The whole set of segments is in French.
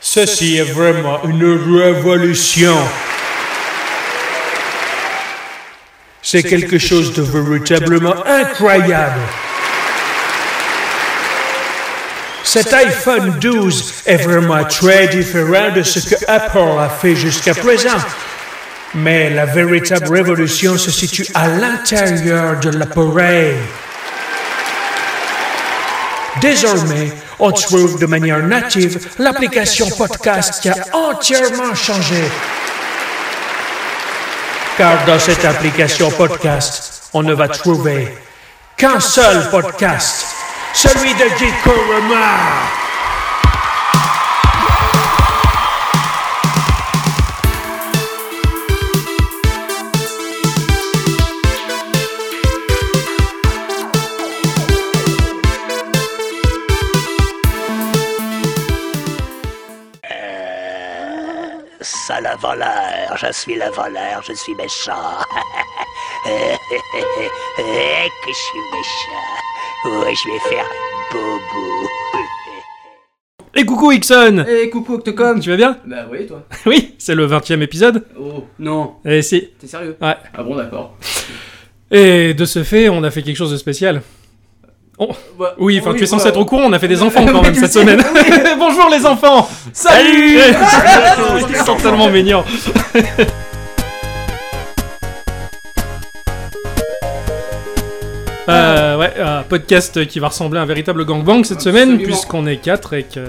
Ceci est vraiment une révolution. C'est quelque chose de véritablement incroyable. Cet iPhone 12 est vraiment très différent de ce que Apple a fait jusqu'à présent. Mais la véritable révolution se situe à l'intérieur de l'appareil. Désormais, on trouve de manière native l'application podcast qui a entièrement changé. Car dans cette application podcast, on ne va trouver qu'un seul podcast, celui de Guy Coromar. sale voleur, je suis le voleur, je suis méchant. Eh, que je suis méchant. Ouais, je vais faire bobo. Et coucou Ixon Eh coucou Octocom Tu vas bien Bah oui toi Oui, c'est le 20 e épisode. Oh non Et si. T'es sérieux Ouais. Ah bon d'accord. Et de ce fait, on a fait quelque chose de spécial. Bah, Oui, enfin, tu es quoi. censé être au courant, on a fait des enfants quand Oui, même je cette sais. semaine. Bonjour les enfants Salut Ils sont tellement mignons Euh, ouais, un podcast qui va ressembler à un véritable gangbang cette semaine, Absolument. puisqu'on est quatre et que.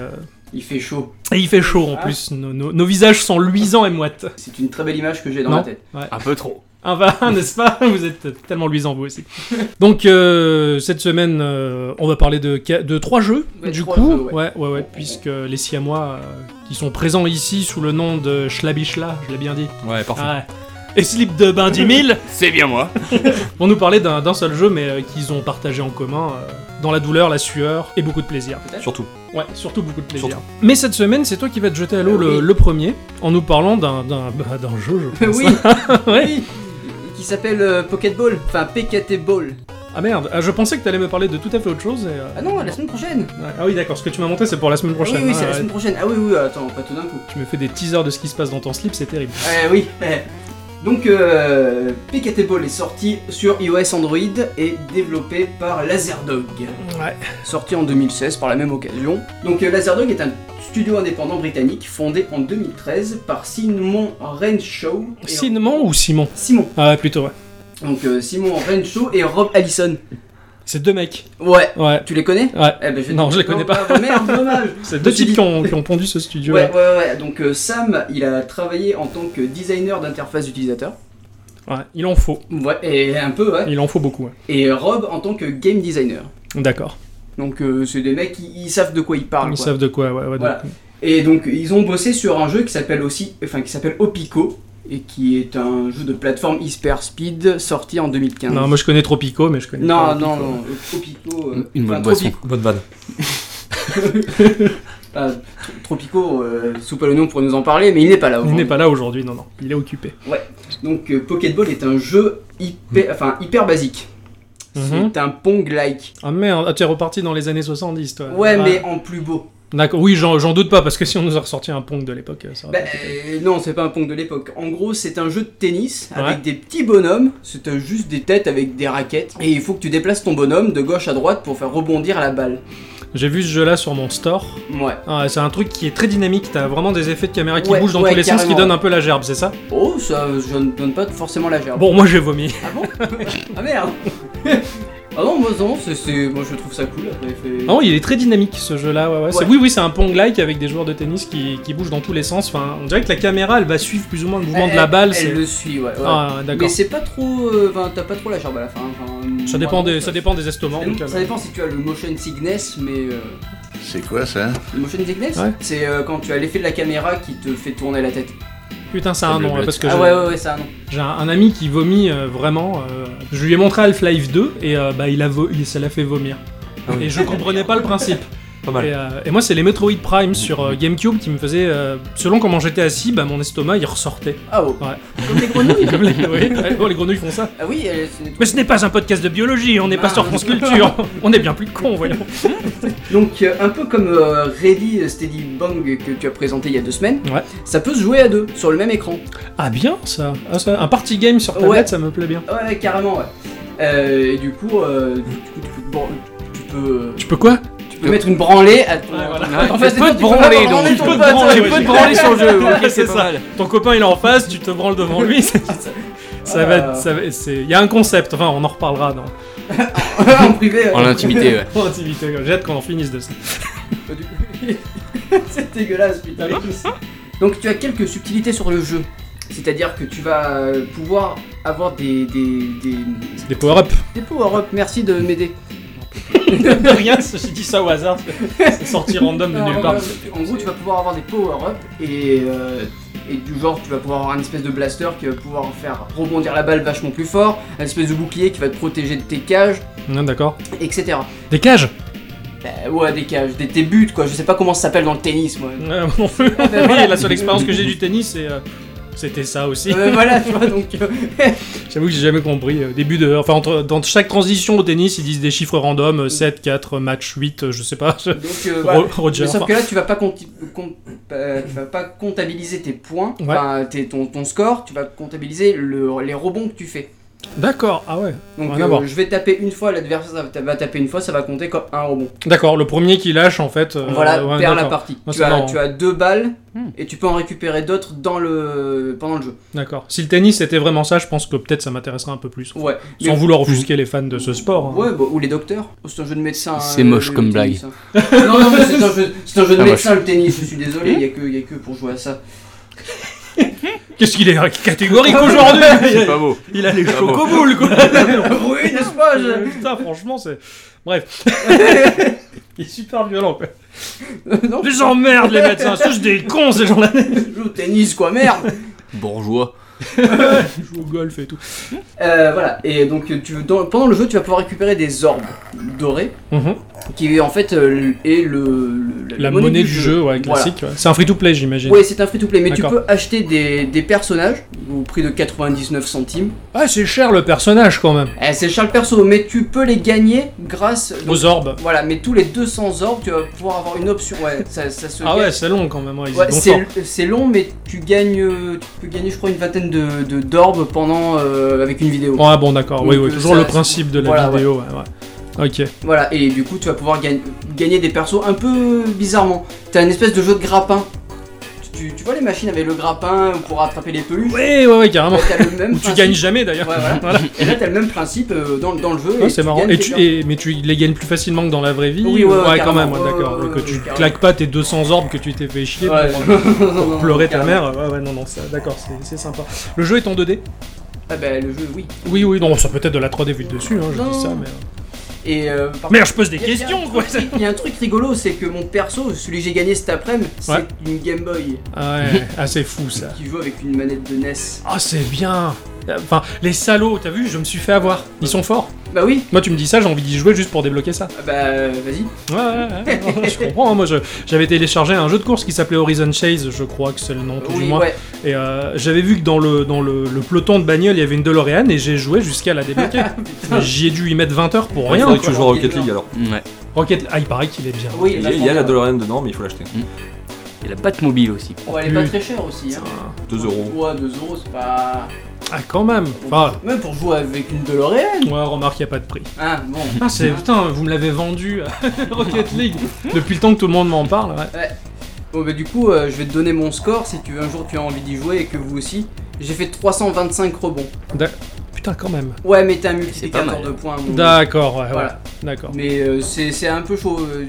Il fait chaud. Et il fait chaud en Ah. plus, nos, nos- nos visages sont luisants et moites. C'est une très belle image que j'ai dans Non. la tête. Un peu trop. Un va, un, Ah bah, n'est-ce pas Vous êtes tellement luisant vous aussi. Donc euh, cette semaine, euh, on va parler de, ca- de trois jeux. Ouais, du trois coup, jeux, ouais. ouais, ouais, ouais, puisque les Siamois euh, qui sont présents ici sous le nom de Schlabichla, je l'ai bien dit. Ouais, parfait. Ah ouais. Et Slip de Bain 10 000 C'est bien moi. vont nous parler d'un d'un seul jeu, mais euh, qu'ils ont partagé en commun euh, dans la douleur, la sueur et beaucoup de plaisir. Surtout. Ouais, surtout beaucoup de plaisir. Surtout. Mais cette semaine, c'est toi qui vas te jeter à l'eau le, Oui. le premier en nous parlant d'un d'un- bah, d'un jeu. Je pense. oui Ouais. Oui Qui s'appelle euh, Pocketball. Enfin PKT Ball. Ah merde, ah, je pensais que t'allais me parler de tout à fait autre chose. Et, euh, Ah non la semaine prochaine Ouais. Ah oui, d'accord, ce que tu m'as montré, c'est pour la semaine Ah Oui prochaine. oui hein, c'est la ouais. semaine prochaine. Ah oui oui attends pas tout d'un coup. Tu me fais des teasers de ce qui se passe dans ton slip, c'est terrible. Eh oui eh. Donc euh, PKT Ball est sorti sur iOS Android et développé par Laserdog. Ouais. sorti en 2016 par la même occasion. Donc euh, Laserdog est un studio indépendant britannique fondé en 2013 par Simon Renshaw. et- Cinnamon ou Simon Simon. Ah ouais, plutôt, ouais. Donc euh, Simon Renshaw et Rob Allison. C'est deux mecs. Ouais. Ouais, Tu les connais ouais. Eh ben, vais- Non, je les connais pas. Ah, merde, dommage. C'est deux Je me suis types dit- qui ont, qui ont pondu ce studio Ouais, là. ouais, ouais. Donc euh, Sam, il a travaillé en tant que designer d'interface utilisateur. Ouais. il en faut. Ouais, et un peu, ouais. Il en faut beaucoup, ouais. Et Rob en tant que game designer. D'accord. Donc euh, c'est des mecs qui ils savent de quoi ils parlent. Ils quoi. savent de quoi, ouais, ouais. Ah, Voilà. donc- Et donc ils ont bossé sur un jeu qui s'appelle aussi, enfin qui s'appelle Opico et qui est un jeu de plateforme Hyper Speed sorti en 2015. Non, moi je connais Tropico, mais je connais non, pas non, Tropico. non, Tropico. euh, Une enfin, bonne boisson. Tropico, Bonne vanne. euh, Tro- Tropico, euh, sous pas le nom pour nous en parler, mais il n'est pas là. Il aujourd'hui. n'est pas là aujourd'hui, non, non. Il est occupé. Donc euh, Pokéball est un jeu hyper, enfin hyper basique. Mhm. C'est un Pong-like. Ah merde, ah, tu es reparti dans les années 70, toi. Ouais, mais en plus beau. D'accord, oui, j'en j'en doute pas, parce que si on nous a ressorti un Pong de l'époque, euh, ça aurait Bah, pas été- euh, non, c'est pas un Pong de l'époque. En gros, c'est un jeu de tennis avec Ouais. des petits bonhommes. C'est euh, juste des têtes avec des raquettes. Et il faut que tu déplaces ton bonhomme de gauche à droite pour faire rebondir la balle. J'ai vu ce jeu-là sur mon store. Ouais. Ah, c'est un truc qui est très dynamique, t'as vraiment des effets de caméra qui Ouais, bougent dans ouais, tous les sens, qui carrément. donnent un peu la gerbe, c'est ça Oh, ça, euh, je ne donne pas forcément la gerbe. Bon, moi j'ai vomi. Ah bon Ah merde Ah non, moi, non, c'est- c'est- moi je trouve ça cool. Après, c'est- Non, il est très dynamique ce jeu-là, ouais, ouais. C'est- Ouais. Oui, oui, c'est un pong-like avec des joueurs de tennis qui, qui bougent dans tous les sens. Enfin, on dirait que la caméra, elle va suivre plus ou moins le mouvement de la Elle- balle. Elle, c'est- le suit, ouais. ouais. Ah, ouais, Mais d'accord. c'est pas trop. euh, Enfin, t'as pas trop la gerbe à la fin. enfin, Ça dépend, moi, des, ça- ça dépend des estomacs. ça donc, dépend- ça euh, dépend si tu as le motion sickness, mais. euh, C'est quoi ça Le motion sickness Ouais. C'est euh, quand tu as l'effet de la caméra qui te fait tourner la tête. Putain, c'est un le nom, hein, but. parce que Ah j'ai ouais, ouais, ouais, ça non. j'ai un, un ami qui vomit euh, vraiment. euh, je lui ai montré Half-Life 2 et euh, bah, il a vo- il- ça l'a fait vomir. Ah oui. Et je comprenais pas le principe. Pas mal. Et, euh, et moi, c'est les Metroid Prime sur euh, GameCube qui me faisaient. euh, selon comment j'étais assis, bah, mon estomac il ressortait. Ah oh Ouais. Comme les grenouilles Comme les, oui, ouais, bon, les grenouilles font ça. Ah oui, elle- c'est- Mais ce n'est pas un podcast de biologie, on n'est pas sur France Culture. on est bien plus cons, voyons. Donc euh, un peu comme euh, Ready Steady Bang que tu as présenté il y a deux semaines, Ouais. ça peut se jouer à deux sur le même écran. Ah, bien ça. Ah, ça, Un party game sur tablette, Ouais. ça me plaît bien. Ah Ouais, ouais, carrément, ouais. Euh, et du coup, euh, du coup, tu peux, te bran- tu peux, Tu peux quoi tu peux mettre une branlée à ton. Ouais, voilà. en Tu face des peux autres, te tu peux pas branler, branler donc. ton Tu peux te pote, branler, tu ouais. peux ouais. te branler sur le jeu, ok, C'est c'est ça. pas mal. Ton copain il est en face, tu te branles devant lui. ça ça va être- ça va- c'est- Il y a un concept, enfin on en reparlera dans en privé. euh. ouais. En intimité, ouais. dans l'intimité. J'ai hâte qu'on en finisse de ça. C'est dégueulasse, putain. les tous. Donc tu as quelques subtilités sur le jeu. C'est-à-dire que tu vas euh, pouvoir avoir des des des, Des power-up. des power-up. Merci de m'aider. Rien, j'ai dit ça au hasard, c'est sorti random de nulle part. En gros, tu vas pouvoir avoir des power-up et, euh, et du genre, tu vas pouvoir avoir un espèce de blaster qui va pouvoir faire rebondir la balle vachement plus fort, un espèce de bouclier qui va te protéger de tes cages, Non, d'accord. etc. Des cages Bah, ouais, des cages, des, tes buts quoi. Je sais pas comment ça s'appelle dans le tennis, moi. Euh, mon feu. Ah, Oui, la seule expérience que j'ai du tennis, c'est, euh, c'était ça aussi. Euh, voilà, tu vois, donc. euh, J'avoue que j'ai jamais compris. euh, Début de. Enfin, entre, dans chaque transition au tennis, ils disent des chiffres random euh, 7, 4, euh, match, 8, euh, je sais pas. je- donc euh, voilà. Ro- Roger. Mais sauf enfin, que là, tu vas pas, compti- com- euh, tu vas pas comptabiliser tes points, Ouais. enfin, tes- ton, ton score, tu vas comptabiliser le- les rebonds que tu fais. D'accord, ah ouais. Donc Rien à euh, voir. je vais taper une fois, l'adversaire va- va taper une fois, ça va compter comme un rebond. D'accord, le premier qui lâche, en fait. euh, voilà, ouais, perd la d'accord. partie. Ouais, tu, c'est as, marrant. tu as deux balles Hmm. et tu peux en récupérer d'autres dans le pendant le jeu. D'accord. Si le tennis était vraiment ça, je pense que peut-être ça m'intéresserait un peu plus. Ouais. Sans Mais- vouloir offusquer les fans de ce sport. hein. Ouais, bah, ou les docteurs. C'est un jeu de médecin. C'est euh, moche le comme tennis, hein. non, non, mais c'est un jeu, c'est un jeu de Ah, moche. médecin le tennis. Je suis désolé, il y a que, il y a que pour jouer à ça. Qu'est-ce qu'il est catégorique aujourd'hui C'est pas beau. Il a les Ah bon. chocoboules, quoi oui, n'est-ce pas je- Putain, franchement, c'est. Bref. Il est super violent, quoi. Euh, Non, Les emmerdes, les médecins, tous des cons, ces gens-là. je joue au tennis quoi, merde. Bourgeois. Ils jouent au golf et tout. Euh, voilà, et donc tu, dans- pendant le jeu, tu vas pouvoir récupérer des orbes dorés, Mhm. qui est en fait euh, est le, le- La monnaie, du jeu, ouais, Voilà. classique. ouais. C'est un free-to-play, j'imagine. Ouais, c'est un free-to-play, mais tu D'accord. peux acheter des, des personnages au prix de 99 centimes. Ah, c'est cher le personnage quand même. Eh, c'est Charles Perso, mais tu peux les gagner grâce. donc, Aux orbes. voilà, mais tous les 200 orbes, tu vas pouvoir avoir une option. Ouais, ça, ça se Ah gagne. ouais, c'est long quand même. Ouais, ils y Ouais, vont fort. c'est c'est long, mais tu gagnes, euh, tu peux gagner, je crois, une vingtaine de de- d'orbes pendant euh, avec une vidéo. Bon, ah bon, d'accord. Oui, Donc, oui, euh, toujours ça, le c'est- principe de la voilà, vidéo. Ouais. ouais. Ok. Voilà, et du coup, tu vas pouvoir gagner, gagner des persos un peu bizarrement. T'as une espèce de jeu de grappin. Tu, tu vois les machines avec le grappin pour attraper les peluches Ouais, ouais, ouais, Là, carrément. T'as le même Ou tu principe. gagnes jamais d'ailleurs. Ouais, voilà. Et là, t'as le même principe euh, dans, dans le jeu. Ouais, et Ah, c'est tu marrant. gagnes Et tes tu, persos. et- mais tu les gagnes plus facilement que dans la vraie vie Oui, ouais, ouais, quand même, carrément. ouais, d'accord. Ouais, Donc ouais, tu carrément. claques pas tes 200 orbes que tu t'es fait chier Ouais. pour Non, non, non, pleurer ta carrément. mère. Ouais, ouais, non, non, ça- d'accord, c'est- c'est sympa. Le jeu est en 2D Ah, bah, le jeu, oui. Oui, oui, non, ça peut être de la 3D vue de dessus, hein, je Non. dis ça, mais. Et euh, par Merde, je pose des Il y a- il y a un questions, quoi contre, il y a un truc rigolo, c'est que mon perso, celui que j'ai gagné cet après-midi, c'est Ouais. une Game Boy Ah ouais, ah, c'est fou ça. qui joue avec une manette de E NES. Ah, c'est bien Enfin, les salauds, t'as vu, je me suis fait avoir. Ils sont forts. Bah oui, Moi, tu me dis ça, j'ai envie d'y jouer juste pour débloquer ça. ah bah vas-y. Ouais, ouais, ouais, ouais, je comprends. hein, Moi, je- j'avais téléchargé un jeu de course qui s'appelait Horizon Chase, je crois que c'est le nom, tout du Oui, moins. ouais. Et euh, j'avais vu que dans, le, dans le, le peloton de bagnole, il y avait une DeLorean et j'ai joué jusqu'à la débloquer. Mais J'y ai dû y mettre 20 heures pour rien. faudrait que tu quoi. joues à Rocket League alors. Ouais. Rocket, ah, il paraît qu'il est bien. Oui, Il y a, il y a la DeLorean dedans, mais il faut l'acheter. Et la Batmobile aussi. Oh, elle est pas très chère aussi. Hein. 2 euros. Ouais, 2 euros, c'est pas. Ah, quand même. Enfin, Même pour jouer avec une DeLorean ouais, remarque, il n'y a pas de prix. Ah bon. Ah, c'est putain, vous me l'avez vendu Rocket League depuis le temps que tout le monde m'en parle. Ouais. Bon bah du coup euh, je vais te donner mon score si tu un jour tu as envie d'y jouer et que vous aussi. J'ai fait 325 rebonds. Putain, quand même. Ouais mais t'as un pas multiplicateur mal. de points. mon gars. D'accord, Ah ouais, ouais, Voilà. d'accord. Mais euh, c'est c'est un peu chaud. euh,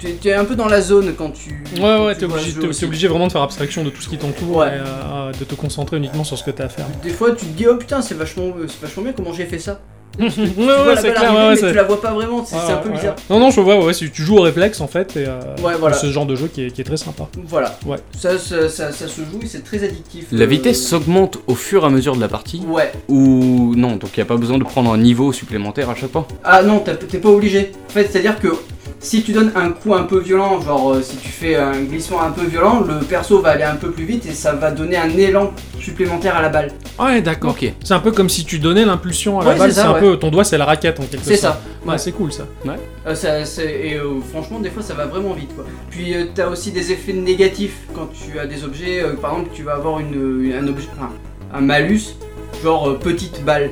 T'es t'es un peu dans la zone quand tu. Ouais, ouais, t'es tu joues à ce obligé, jeu t'es- aussi. t'es obligé vraiment de faire abstraction de tout ce qui t'entoure Ouais. et euh, de te concentrer uniquement sur ce que t'as à faire. Des fois tu te dis oh putain c'est vachement, c'est vachement bien comment j'ai fait ça. ouais, Tu vois ouais, la c'est balle clair, arriver, ouais, ouais, mais c'est- tu la vois pas vraiment, c'est ouais, c'est un peu ouais, bizarre. ouais. Non, non, je vois, ouais, c'est- tu joues au réflexe en fait. Et, euh, Ouais, voilà. C'est ce genre de jeu qui est, qui est très sympa. Voilà. Ouais. Ça, ça, ça, ça se joue et c'est très addictif. La Euh, vitesse s'augmente au fur et à mesure de la partie Ouais. ou non, donc il n'y a pas besoin de prendre un niveau supplémentaire à chaque fois. Ah non, t'as- t'es pas obligé. En fait, c'est-à-dire que Si tu donnes un coup un peu violent, genre euh, si tu fais un glissement un peu violent, le perso va aller un peu plus vite et ça va donner un élan supplémentaire à la balle. Ouais, d'accord. Ok. C'est un peu comme si tu donnais l'impulsion à la Ouais, balle. c'est ça, C'est un ouais. peu ton doigt, c'est la raquette en quelque sorte. C'est ça. Ouais, c'est cool ça. Euh, ça, c'est- et euh, franchement, des fois, ça va vraiment vite. Quoi. Puis, euh, t'as aussi des effets négatifs quand tu as des objets. euh, par exemple, tu vas avoir une, une- un objet, enfin, un malus, genre euh, petite balle.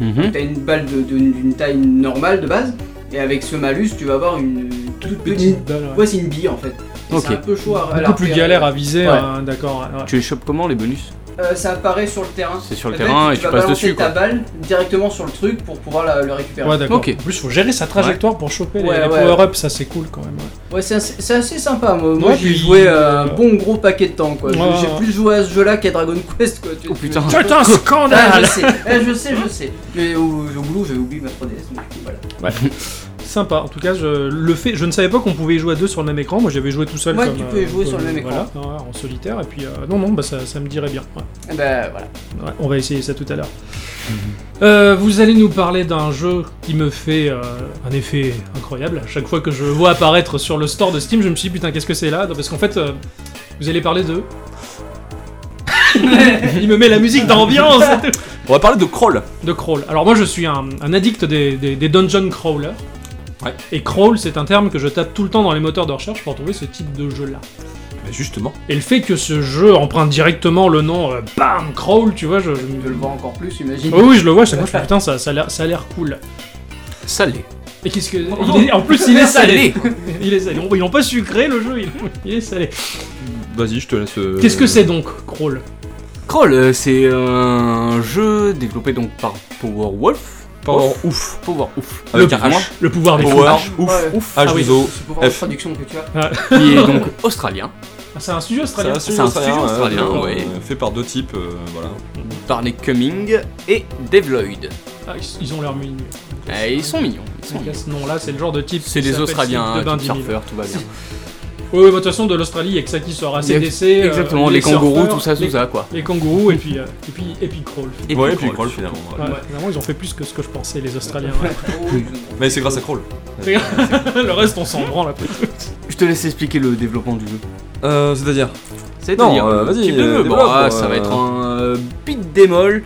Mhm. T'as une balle de- de- d'une taille normale de base, et avec ce malus, tu vas avoir une toute petite. balle. ouais. Ouais, c'est une bille en fait. Et Ok. C'est un peu chaud à, à la Beaucoup plus repérer. galère à viser. Ouais. hein, d'accord. ouais, ouais. Tu les chopes comment les bonus Euh, ça apparaît sur le terrain. C'est sur le Eh ben, terrain et tu vas passes balancer dessus ta quoi. balle directement sur le truc pour pouvoir la- le récupérer. Ouais, d'accord. Ok. En plus, faut gérer sa trajectoire pour choper les- Ouais, les, ouais. power-ups, ça c'est cool quand même. ouais. Ouais, c'est assez, c'est assez sympa. Moi, moi, Ouais, j'ai puis- joué euh, un bon gros paquet de temps. quoi. Ouais, Je- ouais, j'ai ouais. plus joué à ce jeu-là qu'à Dragon Quest. Quoi. Tu- Oh, tu- putain. tu- Putain, Ah, scandale je sais, Ah, je sais, je sais. Mais au, au boulot, j'avais oublié ma 3DS. donc, du coup, voilà. Sympa, en tout cas, je, le fait, je ne savais pas qu'on pouvait jouer à deux sur le même écran. Moi, j'avais joué tout seul. Ouais, comme, tu pouvais jouer sur le même voilà, ouais, en solitaire. Et puis, euh, non, non, bah, ça, ça me dirait bien. ouais. Eh ben, voilà. Ouais, on va essayer ça tout à l'heure. Euh, vous allez nous parler d'un jeu qui me fait euh, un effet incroyable. À chaque fois que je le vois apparaître sur le store de Steam, je me suis dit putain qu'est-ce que c'est là Parce qu'en fait, euh, vous allez parler de... Il me met la musique d'ambiance et tout. On va parler de crawl. De crawl. Alors moi je suis un, un addict des, des- des dungeon crawlers. Ouais. Et crawl c'est un terme que je tape tout le temps dans les moteurs de recherche pour trouver ce type de jeu là. Bah, justement. Et le fait que ce jeu emprunte directement le nom euh, BAM Crawl, tu vois, je, je Je me- le vois encore plus, imagine. Oh oui, je le vois, chaque fois, je me dis, putain, ça, ça a l'air- ça a l'air cool. Ça l'est. Et qu'est-ce que. il est- en plus, il est Mais salé. Euh, Il est salé. Ils n'ont pas sucré le jeu, il, il est salé. Vas-y, je te laisse. euh, Qu'est-ce que c'est donc, Crawl Crawl, euh, c'est un jeu développé donc par Powerwolf. Power Ouf. ouf. Powerwolf. Avec Le un H. Le pouvoir des Power fous. ouf. Ouais. Ouf. Ah H oui. deux O. C'est pour voir la F. traduction que tu as. Qui est donc australien. Ah, c'est un studio australien. c'est un studio australien, euh, ouais. euh, Fait par deux types, euh, voilà. Barney Cumming et Dave Lloyd. Ah, ils, ils ont l'air mignons. Eh, ils sont mignons. Ils sont C'est mignons. classe. Non, là, c'est le genre de type. C'est qui des s'appelle Australiens, type de hein, bain type 10 000. surfeur, tout va bien. Ouais, ouais, bah, de toute façon, de l'Australie, il y a que ça qui sort ACDC. euh, Exactement, les, kangourous, surfeurs, tout ça, tout les- ça, quoi. Les kangourous, et puis, euh, et puis, et puis Crawl. Et ouais, puis puis Crawl. crawl finalement. ouais. Ouais, Finalement, ils ont fait plus que ce que je pensais, les Australiens. Oh, je- Mais c'est grâce à crawl. le reste, on s'en branle après. Je te laisse expliquer le développement du jeu. Euh, c'est-à-dire C'est Non, euh, vas-y, type de euh, jeu. Bon, développe, ah, euh, ça va être un euh, beat démol.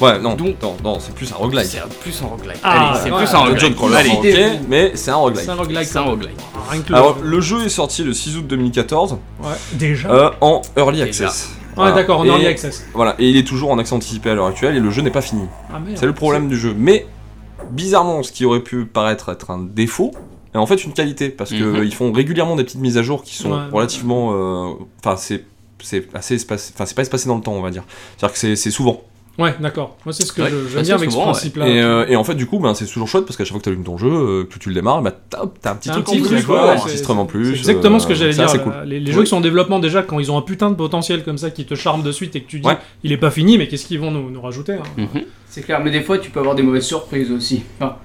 Ouais, non, Donc- non, non, c'est plus un roguelike. C'est un- plus un roguelike. Ah, Allez, c'est ouais, plus un ouais, roguelike. Crawler, Allez, Idée. ok, mais c'est un roguelike. C'est un roguelike. c'est un roguelike. Rien que le- Alors, le jeu est sorti le 6 août 2014 Ouais, déjà. euh, en Early Déjà. Access. Ah Voilà. d'accord, en Et- early access. Voilà, et il est toujours en accès anticipé à l'heure actuelle et le jeu n'est pas fini. Ah merde. C'est le problème du jeu. Mais bizarrement, ce qui aurait pu paraître être un défaut est en fait une qualité parce que Mhm. ils font régulièrement des petites mises à jour qui sont Ouais. relativement. euh, Enfin, c'est c'est assez espacé. Enfin, c'est pas espacé dans le temps, on va dire. C'est-à-dire que c'est- c'est souvent. Ouais, d'accord. Moi c'est ce que Ouais, je- j'aime assez bien avec ce souvent, ouais. principe-là. Et, euh, et en fait, du coup, ben, c'est toujours chouette parce qu'à chaque fois que tu allumes ton jeu, euh, que tu le démarres, bah, t'as t'as un petit T'as un truc petit en plus, truc, quoi, ouais, un c'est- enregistrement en plus. C'est exactement euh, ce que j'allais ça, dire. C'est cool. Les, les Ouais. jeux qui sont en développement déjà, quand ils ont un putain de potentiel comme ça qui te charme de suite et que tu dis Ouais. il est pas fini, mais qu'est-ce qu'ils vont nous, nous rajouter hein Mhm. C'est clair, mais des fois, tu peux avoir des mauvaises surprises aussi. Enfin,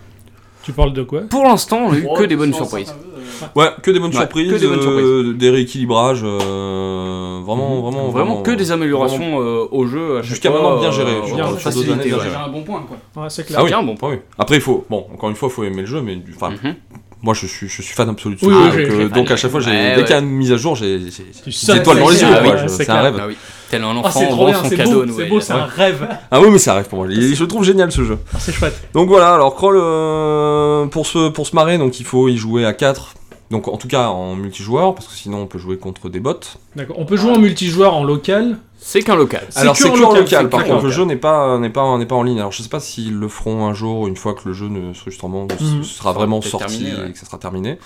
Tu parles de quoi Pour l'instant, on a eu oh, que des bonnes ça, surprises. ça veut, euh, Ah, Ouais, que des bonnes Ouais, surprises, que des bonnes euh, des rééquilibrages, euh, vraiment, vraiment, Mhm. Vraiment, que des améliorations euh, au jeu. à chaque Jusqu'à fois, maintenant, bien euh, géré, en genre, sur facilité, deux années, bien ouais. C'est géré. un bon point, quoi. Ouais, c'est clair. Ah oui. Ah Tiens, bon point. oui. Après, il faut, bon, encore une fois, il faut aimer le jeu, mais du- enfin, Mhm. moi, je suis, je suis fan absolu de ce Oui, jeu, oui, donc, j'ai- euh, j'ai donc fan. à chaque fois, j'ai- Ouais, dès ouais. qu'il y a une mise à jour, j'ai j'ai- j'ai sautes, des étoiles dans les c'est yeux, clair. quoi, Ah oui, je- c'est c'est clair. un rêve. Ah oui, tel un Ah, enfant c'est trop rend bien, son c'est cadeau à beau, c'est Noël. beau, c'est un rêve. Ah oui, mais c'est un rêve pour moi. Il- Je le trouve génial ce jeu. Ah, C'est chouette. Donc voilà, alors Crawl, euh, pour, se, pour se marrer, donc il faut y jouer à 4. Donc en tout cas en multijoueur, parce que sinon on peut jouer contre des bots. D'accord. On peut jouer en multijoueur en local. C'est qu'un local. C'est Alors que c'est en que en local, local, c'est par que en contre le local. jeu n'est pas, n'est, pas, n'est pas en ligne. Alors je sais pas s'ils le feront un jour, une fois que le jeu ne, justement, ne- Mhm. sera vraiment Peut-être sorti terminé, ouais. et que ça sera terminé.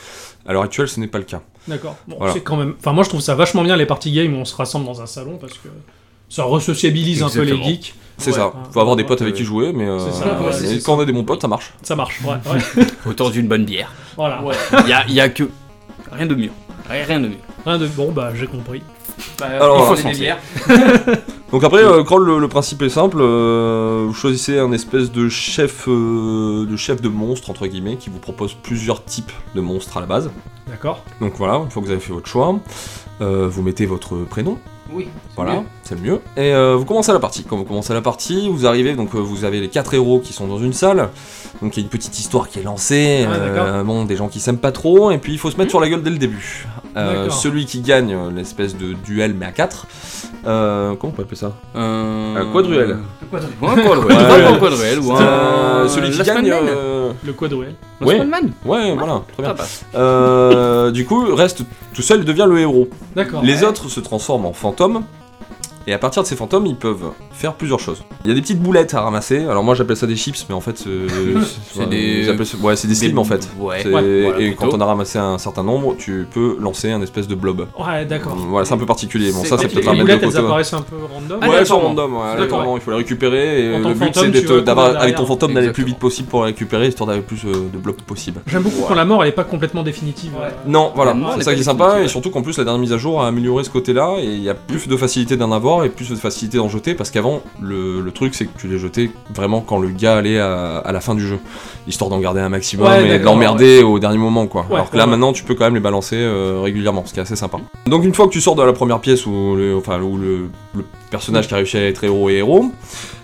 À l'heure actuelle ce n'est pas le cas. D'accord. Bon, Voilà. c'est quand même. Enfin, moi je trouve ça vachement bien les parties games où on se rassemble dans un salon parce que ça resociabilise un peu les Exactement. geeks. C'est Ouais. ça, Ah, faut avoir des ouais, potes avec ouais. qui jouer, mais, euh, C'est ça, mais ouais, c'est quand on a des bons potes ça marche. Ça marche. Ouais. ouais. Autour d'une bonne bière. voilà. Ouais. Il y a, il y a que. Rien de mieux. Rien rien de mieux. Rien de bon. Bah j'ai compris. Bah, Ah, Alors, il on faut va des se lancer. bières. Donc après, euh, Crawl, le, le principe est simple. euh, vous choisissez un espèce de chef, euh, de chef de monstre entre guillemets, qui vous propose plusieurs types de monstres à la base. D'accord. Donc voilà, une fois que vous avez fait votre choix, euh, vous mettez votre prénom. Oui. c'est Voilà, bien. c'est le mieux. Et euh, vous commencez la partie. Quand vous commencez la partie, vous arrivez, donc euh, vous avez les quatre héros qui sont dans une salle. Donc il y a une petite histoire qui est lancée. Ah, euh, d'accord. Mhm. bon, des gens qui s'aiment pas trop. Et puis il faut se mettre sur la gueule dès le début. Euh, D'accord. celui qui gagne euh, l'espèce de duel, mais à 4. comment on peut appeler ça Euh... Un quadruel. Un quadruple. Ou un quadruel. Ouais. vraiment un quadruel. Ou un... Euh, Celui qui Last Man gagne. Man. euh, Le quadruel. Last ouais. Man Ah, Man. Ouais, voilà, très bien. Ça passe. Euh, du coup, reste tout seul, il devient le héros. D'accord. Les autres se transforment en fantômes. Et à partir de ces fantômes, ils peuvent faire plusieurs choses. Il y a des petites boulettes à ramasser. Alors moi, j'appelle ça des chips, mais en fait, euh, C'est des- j'appelle ça- Ouais, c'est des slimes en fait. Ouais. C'est- Voilà, et plutôt. quand on a ramassé un certain nombre, tu peux lancer un espèce de blob. Ouais, d'accord. Voilà, c'est un peu particulier. Bon, C'est ça, c'est compliqué. peut-être Les un maître de boulettes, elles côté. apparaissent un peu random. Ah, Ouais, elles sont aléatoirement. random, ouais, D'accord. aléatoirement, il faut les récupérer. Et En tant le que but, fantôme, tu c'est d'être- vas courir d'avoir, avec derrière. ton fantôme, d'aller le plus Exactement. vite possible pour la récupérer, histoire d'avoir le plus euh, de blobs possible. J'aime beaucoup quand la mort, elle est pas complètement définitive. Euh, Ouais. Non, voilà, Non, c'est les ça qui qualités, est sympa, ouais. et surtout qu'en plus la dernière mise à jour a amélioré ce côté-là, et il y a plus de facilité d'en avoir et plus de facilité d'en jeter, parce qu'avant, le, le truc c'est que tu les jetais vraiment quand le gars allait à, à la fin du jeu, histoire d'en garder un maximum Ouais, et de d'accord, l'emmerder au dernier moment, quoi. Ouais, Alors que là ouais. maintenant, tu peux quand même les balancer euh, régulièrement, ce qui est assez sympa. Donc une fois que tu sors de la première pièce où le, enfin, où le, le personnage qui a réussi à être héros et héros,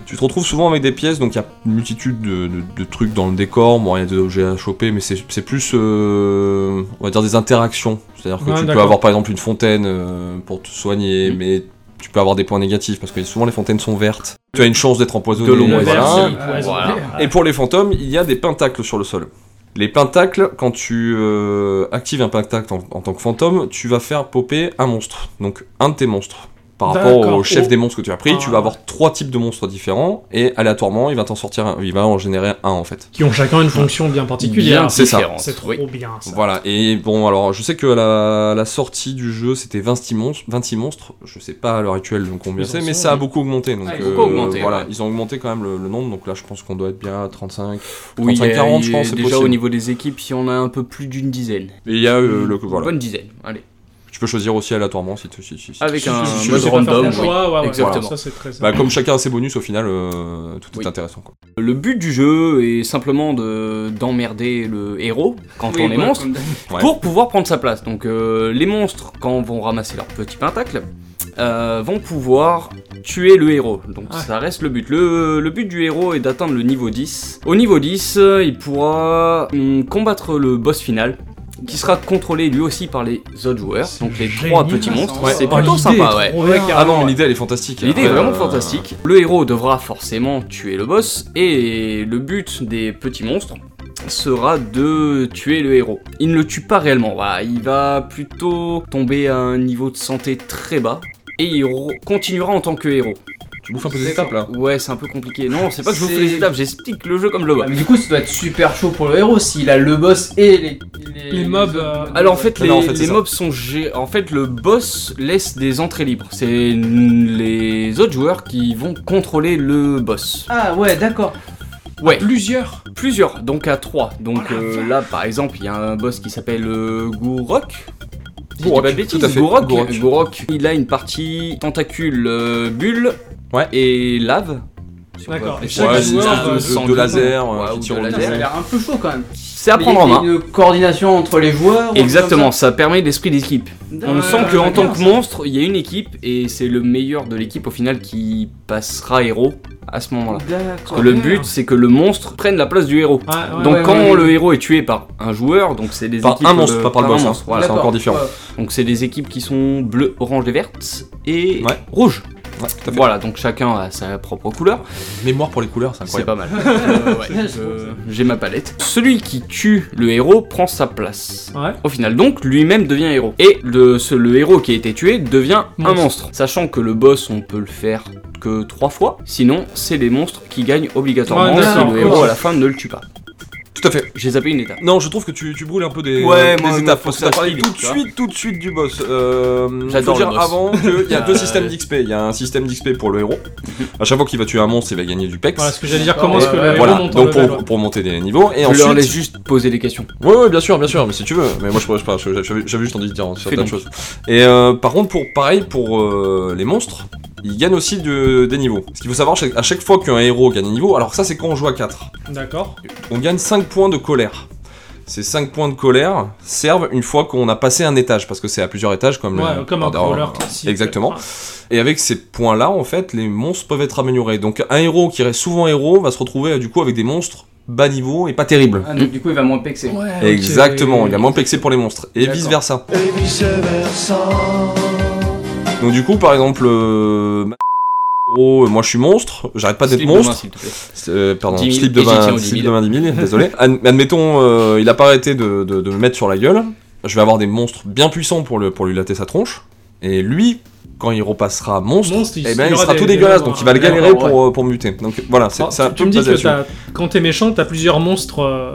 tu te retrouves souvent avec des pièces, donc il y a une multitude de, de- de trucs dans le décor, bon, il y a des objets à choper, mais c'est c'est plus, euh, on va dire, des interactions. C'est-à-dire que Ouais, tu peux d'accord. Mm. avoir par exemple une fontaine euh, pour te soigner, Mhm. mais tu peux avoir des points négatifs, parce que souvent les fontaines sont vertes. Tu as une chance d'être empoisonné. De l'eau, Le ouais, verre, voilà. voilà. c'est Ah, poison. voilà. Ah, Et pour les fantômes, il y a des pentacles sur le sol. Les pentacles, quand tu euh, actives un pentacle en, en tant que fantôme, tu vas faire popper un monstre. Donc un de tes monstres. Par rapport D'accord. au chef Oh. des monstres que tu as pris, tu Ah. vas avoir trois types de monstres différents et aléatoirement, il va t'en sortir un. Il va en générer un en fait. Qui ont chacun une fonction bien particulière. Bien c'est ça. différentes, C'est trop oui. bien ça. Voilà, et bon, alors je sais que à la, la sortie du jeu c'était 26 monstres, 26 monstres, je sais pas à l'heure actuelle donc combien Ils en c'est, mais sont, ça a oui. beaucoup augmenté. Donc, euh, Ah, ils ont beaucoup augmenté, voilà, ouais. ils ont augmenté quand même le, le nombre, donc là je pense qu'on doit être bien à 35. Oui, 35, il y a- 40, je il y a pense, c'est Déjà possible. au niveau des équipes, si on a un peu plus d'une dizaine. Et il y a euh, le. Une Voilà. Bonne dizaine, allez. Tu peux choisir aussi aléatoirement si tu. Si, si, si- Avec si- un si- si- Je mode si- sais si- pas faire random, ton oui. choix, ouais, ouais, Exactement. Ça, c'est très Bah, comme chacun a ses bonus, au final, euh, tout est Oui. intéressant. Quoi. Le but du jeu est simplement de d'emmerder le héros quand Oui, on est voilà, monstre comme d'hab- Ouais. pour pouvoir prendre sa place. Donc euh, les monstres, quand vont ramasser leur petit pentacle, euh, vont pouvoir tuer le héros. Donc Ah. ça reste le but. Le, le but du héros est d'atteindre le niveau 10. Au niveau 10, euh, il pourra hum, combattre le boss final. Qui sera contrôlé lui aussi par les autres joueurs, C'est donc les génial, trois petits ça. monstres. Ouais. C'est Oh, plutôt l'idée sympa, est ouais. trop bien. Ah non, l'idée elle est fantastique. L'idée est Après, vraiment euh, fantastique. Le héros devra forcément tuer le boss et le but des petits monstres sera de tuer le héros. Il ne le tue pas réellement, voilà, il va plutôt tomber à un niveau de santé très bas et il re- continuera en tant que héros. Tu bouffes un peu des étapes là. Ouais, c'est un peu compliqué. Non, c'est pas que je vous fais C'est- les étapes, j'explique le jeu comme je le vois. Ah, mais du coup, ça doit être super chaud pour le héros s'il a le boss et les, Les mobs, autres euh, mobs. Alors en fait, Non, les, non, en fait, c'est les ça. mobs sont gé- En fait, le boss laisse des entrées libres. C'est les autres joueurs qui vont contrôler le boss. Ah ouais, d'accord. Ouais. Plusieurs. Plusieurs, donc à trois. Donc Oh la euh, vache. là, par exemple, il y a un boss qui s'appelle euh, Gourok. Si je dis Gourok, pas de bêtises, tout à fait. Gourok, Gourok. Gourok, il a une partie tentacule, euh, bulle Ouais. et lave. D'accord. Et Ouais, chaque Ouais, c'est une joueur, ça, sorte euh, de- sans de, doute. laser euh, Ouais, qui ou tire de au Ça laser. a l'air un peu chaud quand même. C'est à Mais prendre en il y a main. Une coordination entre les joueurs. Exactement, ça permet l'esprit d'équipe. Ah On Euh, sent qu'en tant d'accord, que ça. monstre, il y a une équipe et c'est le meilleur de l'équipe au final qui passera héros à ce moment-là. Parce D'accord. que le but, c'est que le monstre prenne la place du héros. Ah, ouais, donc ouais, quand ouais, ouais. le héros est tué par un joueur, donc c'est des Par équipes un monstre, euh, pas par le un boss, hein. monstre, voilà. c'est encore différent. ouais. Donc c'est des équipes qui sont bleues, orange et vertes et Ouais. rouge. Ouais, tout à fait. Voilà, donc chacun a sa propre couleur. Mémoire pour les couleurs, c'est C'est incroyable. pas mal. Euh, ouais, je- J'ai ma palette. Celui qui tue le héros prend sa place. Ouais. Au final, donc, lui-même devient héros. Et le, ce- le héros qui a été tué devient un Monstre. monstre. Sachant que le boss, on peut le faire que trois fois. Sinon, c'est les monstres qui gagnent obligatoirement Ouais, si d'accord. le héros à la fin ne le tue pas. Tout à fait. J'ai zappé une étape. Non, je trouve que tu, tu brûles un peu des, Ouais, des moi, moi, étapes. faut Parce que que t'as ça parlé file, tout de tu vois. suite, tout de suite du boss. Euh, J'adore faut dire le boss. avant qu'il y a deux Euh, systèmes d'XP. Il y a un système d'XP pour le héros. Mhm. À chaque fois qu'il va tuer un monstre, il va gagner du pex. Voilà ce que j'allais dire. Comment est-ce que Voilà, le Voilà, héros monte en donc level, pour, ouais. pour monter des niveaux. Et Je ensuite, leur laisse juste poser des questions. Ouais, ouais, bien sûr, bien sûr, mais si tu veux. Mais moi, je pourrais, je pourrais- j'avais- j'avais j'avais juste envie de dire certaines donc. choses. Et euh, par contre, pour pareil pour euh, les monstres, ils gagnent aussi de- des niveaux. Ce qu'il faut savoir, c'est qu'à chaque fois qu'un héros gagne un niveau, alors ça, c'est quand on joue à 4, D'accord. on gagne 5 points de colère. Ces 5 points de colère servent une fois qu'on a passé un étage, parce que c'est à plusieurs étages comme, Ouais, le- comme un pardon, crawler euh, classique. Exactement. Ah, Et avec ces points-là, en fait, les monstres peuvent être améliorés. Donc un héros qui reste souvent héros va se retrouver euh, du coup avec des monstres bas niveau et pas terribles. Ah, donc du coup, il va moins pexer. ouais, Ah, ok. Exactement, il y a moins pexé pour les monstres, et D'accord. vice versa. Donc du coup, par exemple, euh, ma- héros, euh, moi je suis monstre, j'arrête pas d'être Slip de main, monstre. s'il te plaît. Euh, pardon, Dix mille. slip de Et j'y tiens main, aux dix slip mille. de main dix mille, désolé. Ad- admettons, euh, il a pas arrêté de, de- de me mettre sur la gueule, je vais avoir des monstres bien puissants pour, le, pour lui latter sa tronche, et lui, quand il repassera monstre, Monstre, il, eh ben, il il aura sera des- tout des- dégueulasse, donc il va le D'accord, galérer pour, ouais. euh, pour muter. Donc voilà, c'est Alors, ça. Oh, Ah, tu, tu me dis basé que là-dessus. t'as- quand t'es méchant, t'as plusieurs monstres euh,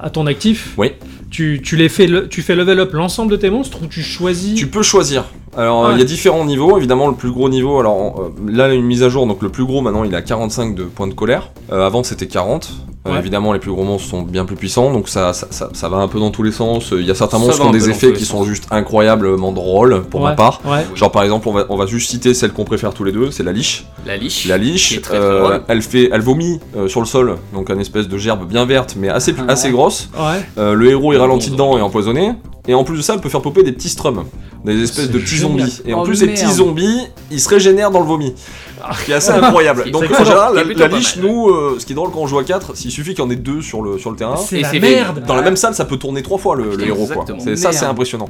à ton actif. Oui. Tu, tu les fais, le- tu fais level up l'ensemble de tes monstres ou tu choisis Tu peux choisir. Alors, Ah euh, il y ouais. a différents niveaux. Évidemment, le plus gros niveau, alors euh, là, une mise à jour, donc le plus gros maintenant, il a 45 de points de colère. Euh, avant, c'était 40. Euh, Ouais. Évidemment, les plus gros monstres sont bien plus puissants, donc ça, ça, ça- ça va un peu dans tous les sens. Il y a certains Ça monstres va qui un ont peu des dans effets tous les qui sens. sont juste incroyablement drôles, pour ma Ouais, part. Ouais. Genre par exemple on va, on va juste citer celle qu'on préfère tous les deux, c'est la liche. La liche. La Qui liche, est très, très euh, drôle. elle fait, elle vomit euh, sur le sol, donc une espèce de gerbe bien verte mais assez, Ah. assez grosse. Ouais. Euh, le héros est ralenti dedans et empoisonné. Et en plus de ça, elle peut faire popper des petits strums, des espèces C'est de petits génial. zombies. Et en Oh, plus, ces merde. petits zombies, ils se régénèrent dans le vomi. Ah, Ce qui est assez incroyable. C'est Donc, excellent. en général, C'est la, plutôt la pas liche, mal. nous, euh, ce qui est drôle quand on joue à 4, s'il suffit qu'il y en ait deux sur le, sur le terrain, C'est Oh. Et la c'est merde. dans la même salle, ça peut tourner trois fois le, le Putain, héros. Quoi. exactement. C'est- Ça, Merde. c'est impressionnant.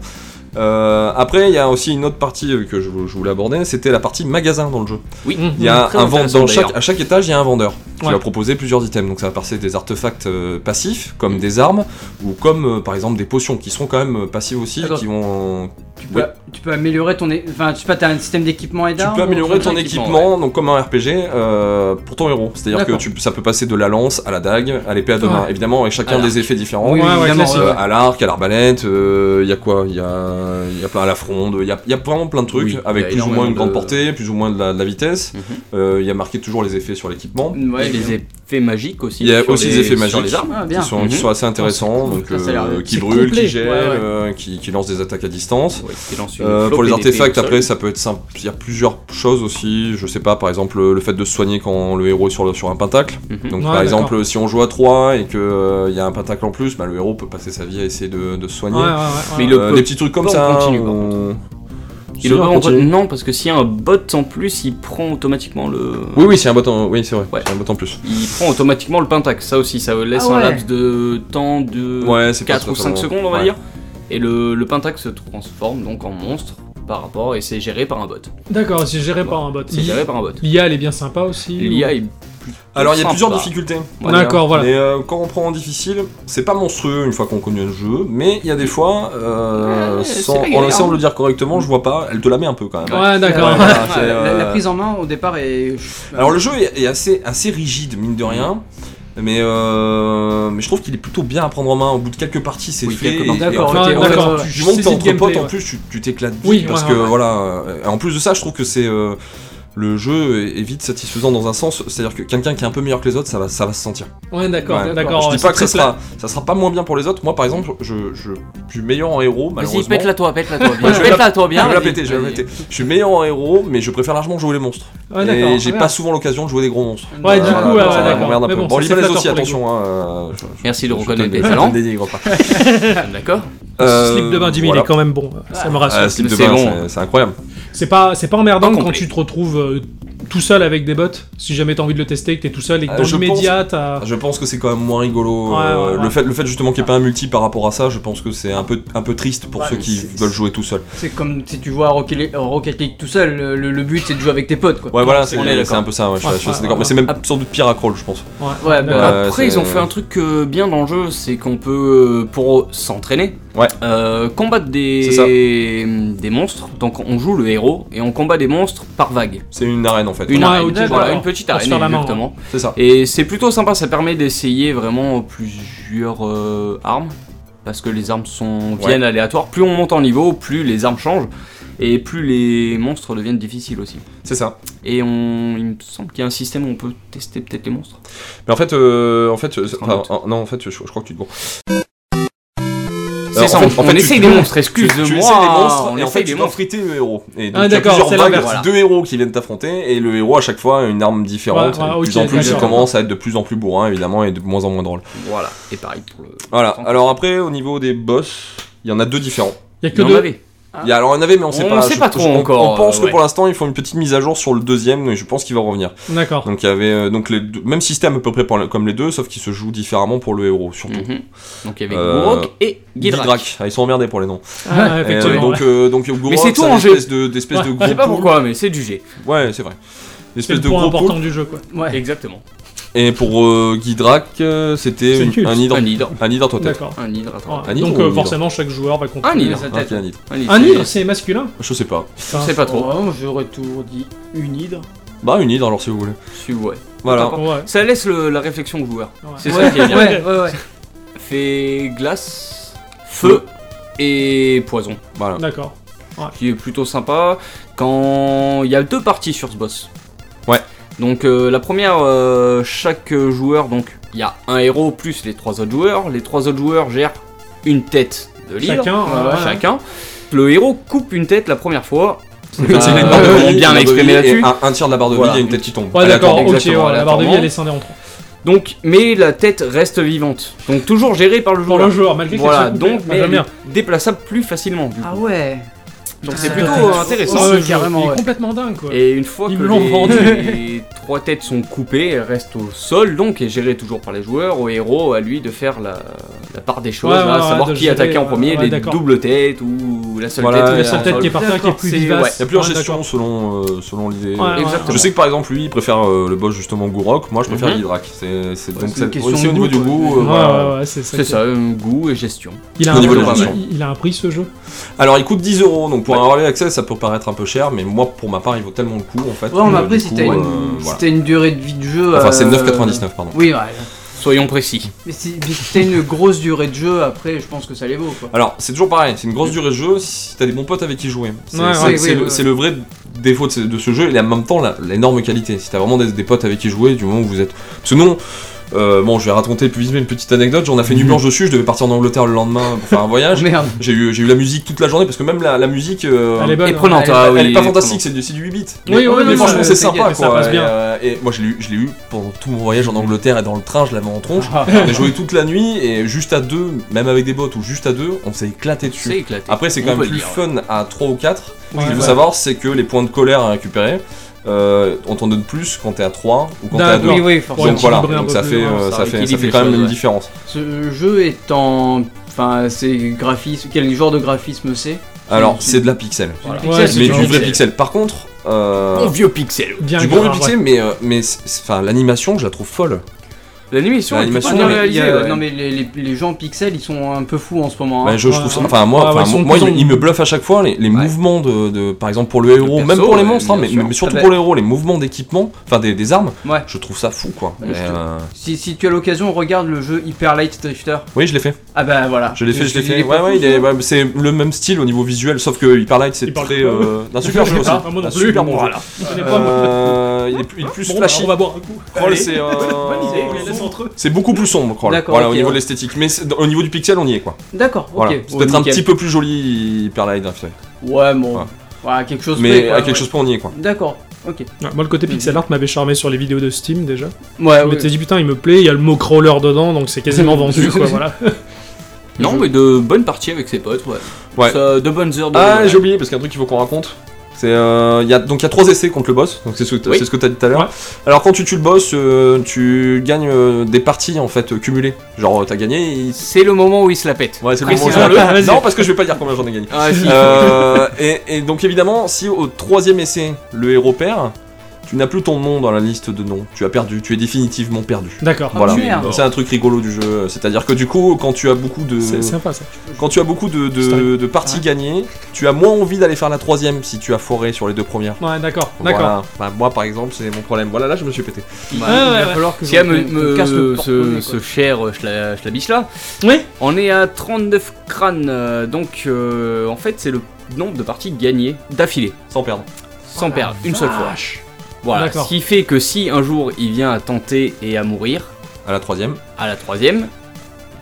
Euh, après, il y a aussi une autre partie euh, que je, vou- je voulais aborder, c'était la partie magasin dans le jeu. Oui. Mhm. Il y a Très un vendeur. intéressant, dans chaque- d'ailleurs. à chaque étage, il y a un vendeur qui Ouais. va proposer plusieurs items. Donc ça va passer des artefacts euh, passifs, comme des armes, ou comme euh, par exemple des potions qui sont quand même euh, passives aussi, D'accord. qui vont. Tu peux, tu peux améliorer ton. é- Enfin, je sais pas, t'as un système d'équipement et Tu d'armes peux ou améliorer un truc ton comme ça équipement, équipement, donc comme un RPG, euh, pour ton héros. C'est-à-dire que D'accord. tu, ça peut passer de la lance à la dague, à l'épée à deux Ouais. mains. Évidemment, avec chacun À des effets différents. Oui, Ouais, ouais, évidemment, classique. ouais, Euh, ouais. à l'arc, à l'arbalète, euh, il y a quoi Il y a, il y a plein à la fronde, il y a, il y a vraiment plein de trucs, Oui, il y avec a plus ou moins énormément une grande de- portée, plus ou moins de la, de la vitesse. Euh, Mhm. Il y a marqué toujours les effets sur l'équipement. Ouais, Et les évidemment. effets magiques aussi. Il y a sur aussi les- des effets sur magiques. les armes. Ah, Qui bien. sont, Mhm. qui sont assez intéressants, donc, Ça, ça a l'air euh, d'être- qui c'est brûlent, complet. qui gèlent, Ouais, ouais. euh, qui, qui lancent des attaques à distance. Ouais, qui lancent une Euh, pour flopée les d'épées artefacts, au sol. après, ça peut être simple. Il y a plusieurs choses aussi. Je sais pas, par exemple, le fait de se soigner quand le héros est sur, le- sur un pentacle. Mhm. Donc, Mm. Ouais, par d'accord. exemple, si on joue à 3 et qu'il y a un pentacle en plus, bah, le héros peut passer sa vie à essayer de, de se soigner. Ouais, ouais, ouais, Mais ouais. il le Euh, peut- des petits trucs comme pas en ça. continu, on- par Si, Il le on prend en- continue. Non, parce que s'il y a un bot en plus, il prend automatiquement le. Oui, oui, c'est un bot en... Oui, c'est vrai. Ouais. C'est un bot en plus. Il prend automatiquement le pentax. Ça aussi, ça laisse Ah ouais. un laps de temps de Ouais, c'est pas 4 Euh, ou très 5 bon. secondes, on va Ouais. dire. Et le, le pentax se transforme donc en monstre par rapport et c'est géré par un bot. D'accord, c'est géré par un bot. C'est géré par un bot. L'IA, elle est bien sympa aussi. L'IA est. Alors, il y a sympa. plusieurs difficultés. Ouais. D'accord, voilà. Mais euh, quand on prend en difficile, c'est pas monstrueux une fois qu'on connaît le jeu, mais il y a des fois, euh, Ouais, Ah, sans- c'est pas en galère. hein. essayant de le dire correctement, je vois pas, elle te la met un peu quand même. Ouais, d'accord. Ouais. Ah, c'est, la, la euh, prise en main au départ est. Alors le jeu est, est assez, assez rigide, mine de rien. Mais, euh, mais je trouve qu'il est plutôt bien à prendre en main. Au bout de quelques parties, c'est Oui, fait. quelques et- parties. et en D'accord, fait, ouais, en fait, d'accord. Tu du moment que t'es Saisis le entre potes, gameplay, en ouais. plus, tu, tu t'éclates vite. Oui, ouais, parce ouais, que ouais. voilà. euh, En plus de ça, je trouve que c'est. euh, le jeu est est vite satisfaisant dans un sens, c'est-à-dire que quelqu'un qui est un peu meilleur que les autres, ça va, ça va se sentir. Ouais, d'accord, Ouais. d'accord. je ouais, dis pas c'est que ça très plat. sera, ça sera pas moins bien pour les autres. Moi, par exemple, je, je suis meilleur en héros, malheureusement. Vas-y, pète-la toi, pète-la toi. Ouais, je Bien. vais la- Pète-la toi Je bien. vais la vas-y, péter, je vais la vas-y. péter. Je suis meilleur en héros, mais je préfère largement jouer les monstres. Ouais, et d'accord. j'ai ouais. pas souvent l'occasion de jouer des gros monstres. Ouais, du coup, ouais, ça ouais, d'accord. m'emmerde un Mais peu. bon, Bon, ça, les c'est balais flatteur aussi, pour les attention. hein, euh, je- je- Merci de je te reconnaître le- tes je te le talents. dénigre pas. D'accord. Le slip de bain du mille euh, voilà. est quand même bon, ça me rassure. Ah, slip de C'est bain, bon. c'est- c'est incroyable. C'est pas, c'est pas emmerdant Pas quand complet. tu te retrouves euh, tout seul avec des bots, si jamais t'as envie de le tester, que t'es tout seul et que Euh, dans je l'immédiat t'as. Je pense Ah, que c'est quand même moins Ouais, rigolo. euh, ouais, ouais. Le, fait, le fait justement qu'il n'y ait pas un multi par rapport à ça, je pense que c'est un peu, un peu triste pour Ouais, ceux mais qui c'est- veulent jouer tout seul. C'est comme si tu vois Rocket League, euh, Rocket League tout seul, le, le- le but c'est de jouer avec tes potes quoi. Ouais, voilà, c'est on est c'est un peu ça, ouais, je suis- Ouais, je suis assez ouais, d'accord. ouais. Mais c'est même sans doute pire à crawl, je pense. Ouais, Ouais, d'accord. Euh, Après, c'est- ils ont fait un truc euh, bien dans le jeu, c'est qu'on peut, euh, pour s'entraîner, Ouais. euh, combattre C'est ça. des... des monstres. Donc on joue le héros et on combat des monstres par vague. C'est une arène en fait. Une Ouais, arène, ok, voilà, d'accord. une petite Pour se arène, faire la main, exactement. C'est ça. Et c'est plutôt sympa, ça permet d'essayer vraiment plusieurs euh, armes, parce que les armes sont, viennent aléatoires. Plus on monte en niveau, plus les armes changent, et plus les monstres deviennent difficiles aussi. C'est ça. Et on, il me semble qu'il y a un système où on peut tester peut-être les monstres. Mais en fait, euh, en fait, euh, Sans enfin, doute. euh, non, en fait, je, je crois que tu te bon. C'est ça, en fait- on, en on fait, tu- essaye des monstres, excuse-moi. tu essaies des monstres on et en essaye fait des tu dois monstres. friter le héros. Et donc Ah, tu as d'accord, plusieurs c'est vagues, l'inverse. deux héros qui viennent t'affronter et le héros à chaque fois a une arme différente. Ouais, ouais, et de plus ok, en plus il d'accord. commence à être de plus en plus bourrin évidemment et de moins en moins drôle. Voilà, et pareil pour le. Voilà, Sans- alors après au niveau des boss, il y en a deux différents. Il y a que Il y en deux. avait. Il y a, alors on en avait mais on sait Ah. On pas. sait pas trop on- encore, On pense euh, que ouais. pour l'instant ils font une petite mise à jour sur le deuxième et je pense qu'il va revenir. D'accord. Donc il y avait euh, donc les deux- même système à peu près pour le- comme les deux, sauf qu'ils se jouent différemment pour le héros surtout. Mhm. Donc il y avait Euh, Gurok et Gidrak. Gidrak. Ah, ils sont emmerdés pour les noms. Ah, Et, euh, effectivement. donc euh, donc Gurok, Mais c'est tout un en jeu. espèce de d'espèce de Je sais gros pas poulpe. pourquoi, mais c'est du G. Ouais, c'est vrai. c'est L'espèce le de point gros important poulpe. du jeu, quoi. Ouais. Exactement. Et pour euh, Guidrak, euh, c'était C'est une- culte. un hydre. Un hydre. Un hydre totem. D'accord. Un hydre, attends. Ouais. Un hydre Donc ou euh, une hydre forcément, chaque joueur va Un contrôler. hydre. Oh, Sa Ah, tête. c'est un hydre. Un c'est- hydre, c'est masculin. Je sais pas. Je sais pas trop. Oh, j'aurais toujours dit une hydre. Bah, une hydre alors si vous voulez. Si, ouais. Voilà. Attends, Ouais. Ça laisse le- la réflexion au joueur. Ouais. C'est ça qui est bien. Ouais, ouais, ouais. Fait glace, feu et poison. Voilà. D'accord. Qui est plutôt sympa quand il y a deux parties sur ce boss. Ouais. Donc euh, la première, euh, chaque joueur, donc il y a un héros plus les trois autres joueurs. Les trois autres joueurs gèrent une tête de l'hydre. Chacun. Ah, euh, Ouais, ouais. ouais. Chacun. Le héros coupe une tête la première fois. C'est Euh, une barre de on bien vie, une barre de exprimé vie, et là-dessus. Un, un tiers de la barre de vie, il Voilà. y a une tête qui tombe. Ouais, Aléatoirement. d'accord, ok, ouais, exactement, la barre de vie aléatoirement. elle est scindée en trois. Donc, mais la tête reste vivante. Donc toujours gérée par le Pour joueur. le joueur, malgré que Voilà, ça soit coupé, donc ah, mais j'aime elle bien. est déplaçable plus facilement. Du coup. Ah ouais. Donc Ah, c'est ça plutôt doit être Oh, euh, intéressant. fou. Ouais, c'est je- carrément, Il est ouais. complètement dingue, quoi. Et une fois Ils que me l'ont les, vendu. les trois têtes sont coupées, elles restent au sol donc et gérées toujours par les joueurs. Au héros, à lui de faire la, la part des choses, hein, Ouais, à ouais, savoir ouais, de qui gérer, attaquait en ouais, premier, ouais, les d'accord. doubles têtes ou la seule Voilà, euh, tête. qui et La est seule en tête sol. qui est par terre, qui est D'accord, plus c'est- Il vivace. y a plusieurs Ouais, gestions d'accord. selon, euh, selon l'idée. Ouais, ouais, Exactement. Je sais que par exemple, lui, il préfère euh, le boss justement Gurok. Moi, je préfère Mhm. Gidrak. C'est c'est- Ouais, donc c'est une c'est question aussi de au niveau goût, du quoi. goût. euh, Ouais, voilà. ouais, ouais, c'est ça. C'est ça, euh, goût et gestion. Il a Au un niveau prix, de la version. il- il a un prix ce jeu. Alors, il coûte 10 euros. Donc, pour un early access, ça peut paraître un peu cher. Mais moi, pour ma part, il vaut tellement le coup en fait. Ouais, on que, m'a du pris si coup, t'as euh, une, si voilà. t'as une durée de vie de jeu. Enfin, c'est euh, 9,99 pardon. Oui, ouais. Soyons précis. Mais si mais si t'as une grosse durée de jeu, après, je pense que ça les vaut quoi. Alors, c'est toujours pareil, c'est une grosse durée de jeu si t'as des bons potes avec qui jouer. C'est Ouais, c'est- ouais, c'est oui, le, oui, c'est le vrai défaut de ce, de ce jeu et en même temps la- l'énorme qualité. Si t'as vraiment des, des potes avec qui jouer, du moment où vous êtes. Parce que non, euh, bon, je vais raconter plus vite une petite anecdote. J'en ai Mhm. fait une blanche dessus, je devais partir en Angleterre le lendemain pour faire un Oh, voyage. merde. J'ai eu, j'ai eu la musique toute la journée parce que même la, la musique. euh, Elle est bonne. Et hein. prenante, elle est- ah oui, elle est pas prenante. fantastique, c'est du, c'est du 8 bits. Oui, oui, mais oui, franchement, ça- c'est ça- sympa quoi. ça passe Et, bien. euh, Et, moi, je l'ai eu- je l'ai eu pendant tout mon voyage en Angleterre et dans le train, je l'avais en tronche. Ah. J'ai joué toute la nuit et juste à deux, même avec des bots ou juste à deux, on s'est éclaté dessus. C'est éclaté. Après, c'est On quand peut même le plus dire. fun à 3 ou 4. Ouais, Ce qu'il faut ouais. savoir, c'est que les points de colère à récupérer, euh, on t'en donne plus quand t'es à 3 ou quand t'es à 2. D'accord. Oui, oui, Pour forcément. Donc voilà, équilibrer un donc peu ça plus, hein. fait, ouais, euh, ça ça fait, ça rééquilibre fait les quand même choses, une ouais. différence. Ce jeu est en. Enfin, c'est graphisme. Quel genre de graphisme c'est Alors, tu- c'est de la pixel. Voilà. Ouais, Pixel, c'est Mais du du vrai pixel. pixel. Par contre, euh, Mon vieux pixel. Bien du grave, bon vieux ouais. pixel, mais, euh, mais c'est- c'est- enfin, l'animation, je la trouve folle. L'animation est plutôt L'animation, bien il y a- réalisée. Il y a- ouais. Non, mais les, les- les gens pixels, ils sont un peu fous en ce moment. hein. Bah, je, je ouais, trouve ça- ouais. Enfin, moi, Ouais, enfin, ouais, ils sont moi, de il, plus me- en- il me bluffe à chaque fois les, Ouais. les mouvements de, de- par exemple, pour le héros, perso, même pour les ouais, monstres, hein, bien mais, sûr. mais surtout Ah bah- pour les héros, les mouvements d'équipement, enfin des, des armes, Ouais. je trouve ça fou quoi. Ouais, Mais, je te- euh, Si, si tu as l'occasion, regarde le jeu Hyper Light Drifter. Oui, je l'ai fait. Ah bah voilà. Je l'ai fait, je l'ai Il fait. est Ouais, pas ouais, fou, il est- ouais, c'est le même style au niveau visuel, sauf que Hyper Light c'est Il parle très. pas. euh, d'un super Je jeu sais aussi. pas, moi non Un plus, super mais bon bon, jeu. voilà. Je connais pas, moi. Euh, Il est plus, il est plus Bon, bah, flashy. on va boire un coup. Crawl, c'est, euh, Bonne idée, on les laisse entre eux. C'est beaucoup plus sombre, Crawl. D'accord, Voilà, ok, au niveau ouais. de l'esthétique. Mais c'est- au niveau du pixel, on y est quoi. D'accord, ok. Voilà. C'est Oh, peut-être un nickel. petit peu plus joli Hyper Light Drifter. Ouais, bon. Ouais. Voilà, quelque chose. Mais près, à quoi, quelque ouais. chose près, on y est quoi. D'accord, ok. Ouais, moi, le côté pixel art m'avait charmé sur les vidéos de Steam déjà. Ouais, Ah Je ouais. m'étais dit, putain, il me plaît, il y a le mot crawler dedans, donc c'est quasiment vendu, quoi. Voilà. Non, mais de bonnes parties avec ses potes, ouais. Ouais. Ça, de bonnes heures de Ah, jeu, j'ai oublié parce qu'il y a un truc qu'il faut qu'on raconte. C'est euh, il y a, donc il y a trois essais contre le boss, donc c'est ce, que- Oui. c'est ce que t'as dit tout à l'heure. Ouais. Alors quand tu tues le boss, euh, tu gagnes euh, des parties en fait euh, cumulées. Genre euh, t'as gagné, il- C'est le moment où il se la pète. Ouais, c'est le moment où Précisons-le, j'en ai- vas-y. Non, parce que je vais pas dire combien j'en ai gagné. Ah, si. Euh, et, et donc, évidemment, si au troisième essai, le héros perd, tu n'as plus ton nom dans la liste de noms. Tu as perdu, tu es définitivement perdu. D'accord. Ah, Voilà. merde. C'est un truc rigolo du jeu. euh, C'est-à-dire que du coup, quand tu as beaucoup de. C'est sympa ça. Quand tu as beaucoup de, de- Story. de parties gagnées, tu as moins envie d'aller faire la troisième si tu as foiré sur les deux premières. Ouais, d'accord, d'accord. Voilà. Bah, moi par exemple, c'est mon problème. Voilà, là je me suis pété. Il Ouais, va Ah, ouais, ouais. falloir que Si elle je me, qu'on me- casse ce, le porte-monnaie, ce quoi. cher euh, schla- schlabiche là, Oui on est à 39 crânes, euh, donc euh, en fait c'est le nombre de parties gagnées d'affilée, Sans perdre. sans Oh la perdre, une seule fois. Voilà, D'accord. ce qui fait que si un jour il vient à tenter et à mourir, À la troisième. à la troisième,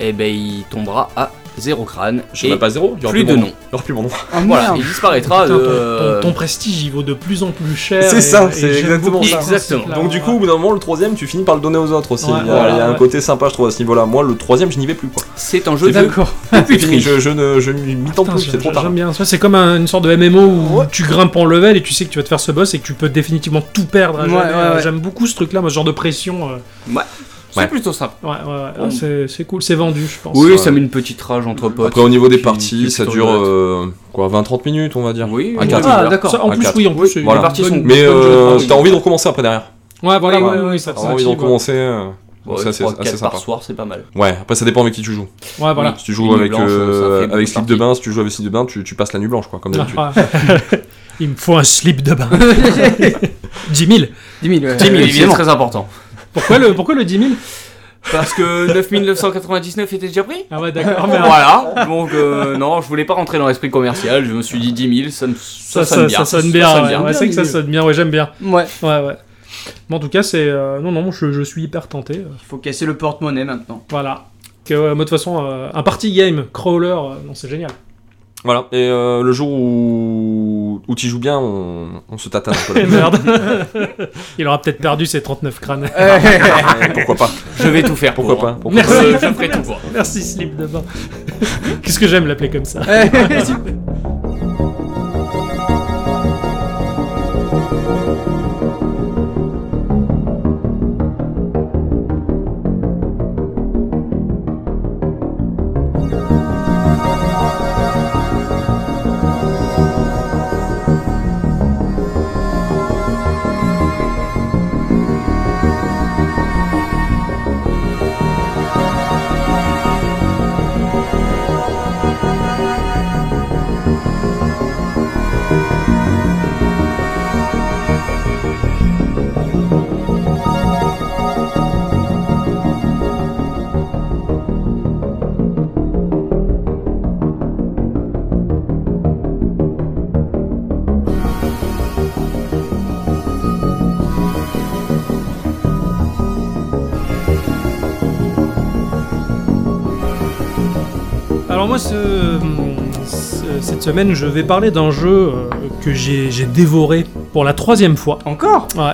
eh ben il tombera à zéro crâne Je et n'ai pas zéro, il y aura plus de mon nom. Il y aura plus mon nom. Ah, Voilà, merde. il disparaîtra euh, Putain, ton, de... ton- ton prestige, il vaut de plus en plus cher. euh, C'est et- ça, et c'est j'aime exactement beaucoup ça. ce principe-là, Exactement. Donc du coup, au bout d'un moment, le troisième, tu finis par le donner aux autres aussi. Ouais, il y a, voilà, il y a un ouais. côté sympa, je trouve, à ce niveau-là. Moi, le troisième, je n'y vais plus. Quoi. C'est un jeu de D'accord. C'est fini, je, je ne je ne m'y tente Putain, plus, c'est j'aime- trop tard. J'aime bien ça. C'est comme un- une sorte de MMO où tu grimpes en level et tu sais que tu vas te faire ce boss et que tu peux définitivement tout perdre. à Ouais, jamais. Euh, ouais, ouais. J'aime beaucoup ce truc-là, moi, ce genre de pression. euh, C'est plutôt sympa. Ouais, ouais, ouais. Bon. Ah, c'est- c'est cool, c'est vendu, je pense. Oui, Ouais. ça met une petite rage entre potes. Après, au niveau des Puis- puis parties, ça plutôt dure rigolote. euh, quoi, 20-30 minutes, on va dire. Oui, Un oui, quart oui. d'heure. Ah, d'accord. Ça, en à plus, quatre. oui, en Oui, plus. c'est une voilà. bonne Parties bonne- sont- bonne Mais durée de euh, partie. t'as envie de recommencer après derrière. Ouais, voilà, Ouais, ouais, ouais, ouais, ça hein. te T'as envie motive, de ouais. recommencer. euh, Ouais, donc ça, c'est trois, assez quatre par sympa. soir, c'est pas mal. Ouais, après, ça dépend avec qui tu joues. Ouais, voilà. Si tu joues Nuit avec, blanche, euh, ça fait beaucoup de avec slip de parties. bain, si tu joues avec slip de bain, tu, tu passes la nuit blanche, quoi, comme d'habitude. Ah, ah. Il me faut un slip de bain. 10 000. 10 000, ouais. Tim, il est Évidemment. très important. Pourquoi le, pourquoi le 10 000 Parce que 9999 était déjà pris Ah ouais, d'accord. mais alors, Voilà, donc euh, non, je voulais pas rentrer dans l'esprit commercial, je me suis dit 10 000, ça, me- ça, ça, sonne bien. ça sonne bien. Ça sonne ouais, bien. ouais, c'est vrai que ça Bien, sonne bien, ouais, j'aime bien. Ouais. Ouais, ouais. Mais en tout cas, c'est. euh, non, non, je, je suis hyper tenté. euh, Il faut casser le porte-monnaie maintenant. Voilà. Que, ouais, moi, de toute façon, euh, un party game, crawler, euh, non, c'est génial. Voilà, et euh, le jour où, où tu joues bien, on, on se tatane un peu. Et merde. Il aura peut-être perdu ses 39 crânes. Euh, Ouais, pourquoi pas Je vais tout faire Pourquoi pour, pas hein. pourquoi Merci. euh, Je, je ferai tout pour. Merci, slip de bain. Qu'est-ce que j'aime l'appeler comme ça Eh, Alors moi, ce- euh, ce- cette semaine, je vais parler d'un jeu euh, que j'ai j'ai dévoré pour la troisième fois. Encore Ouais.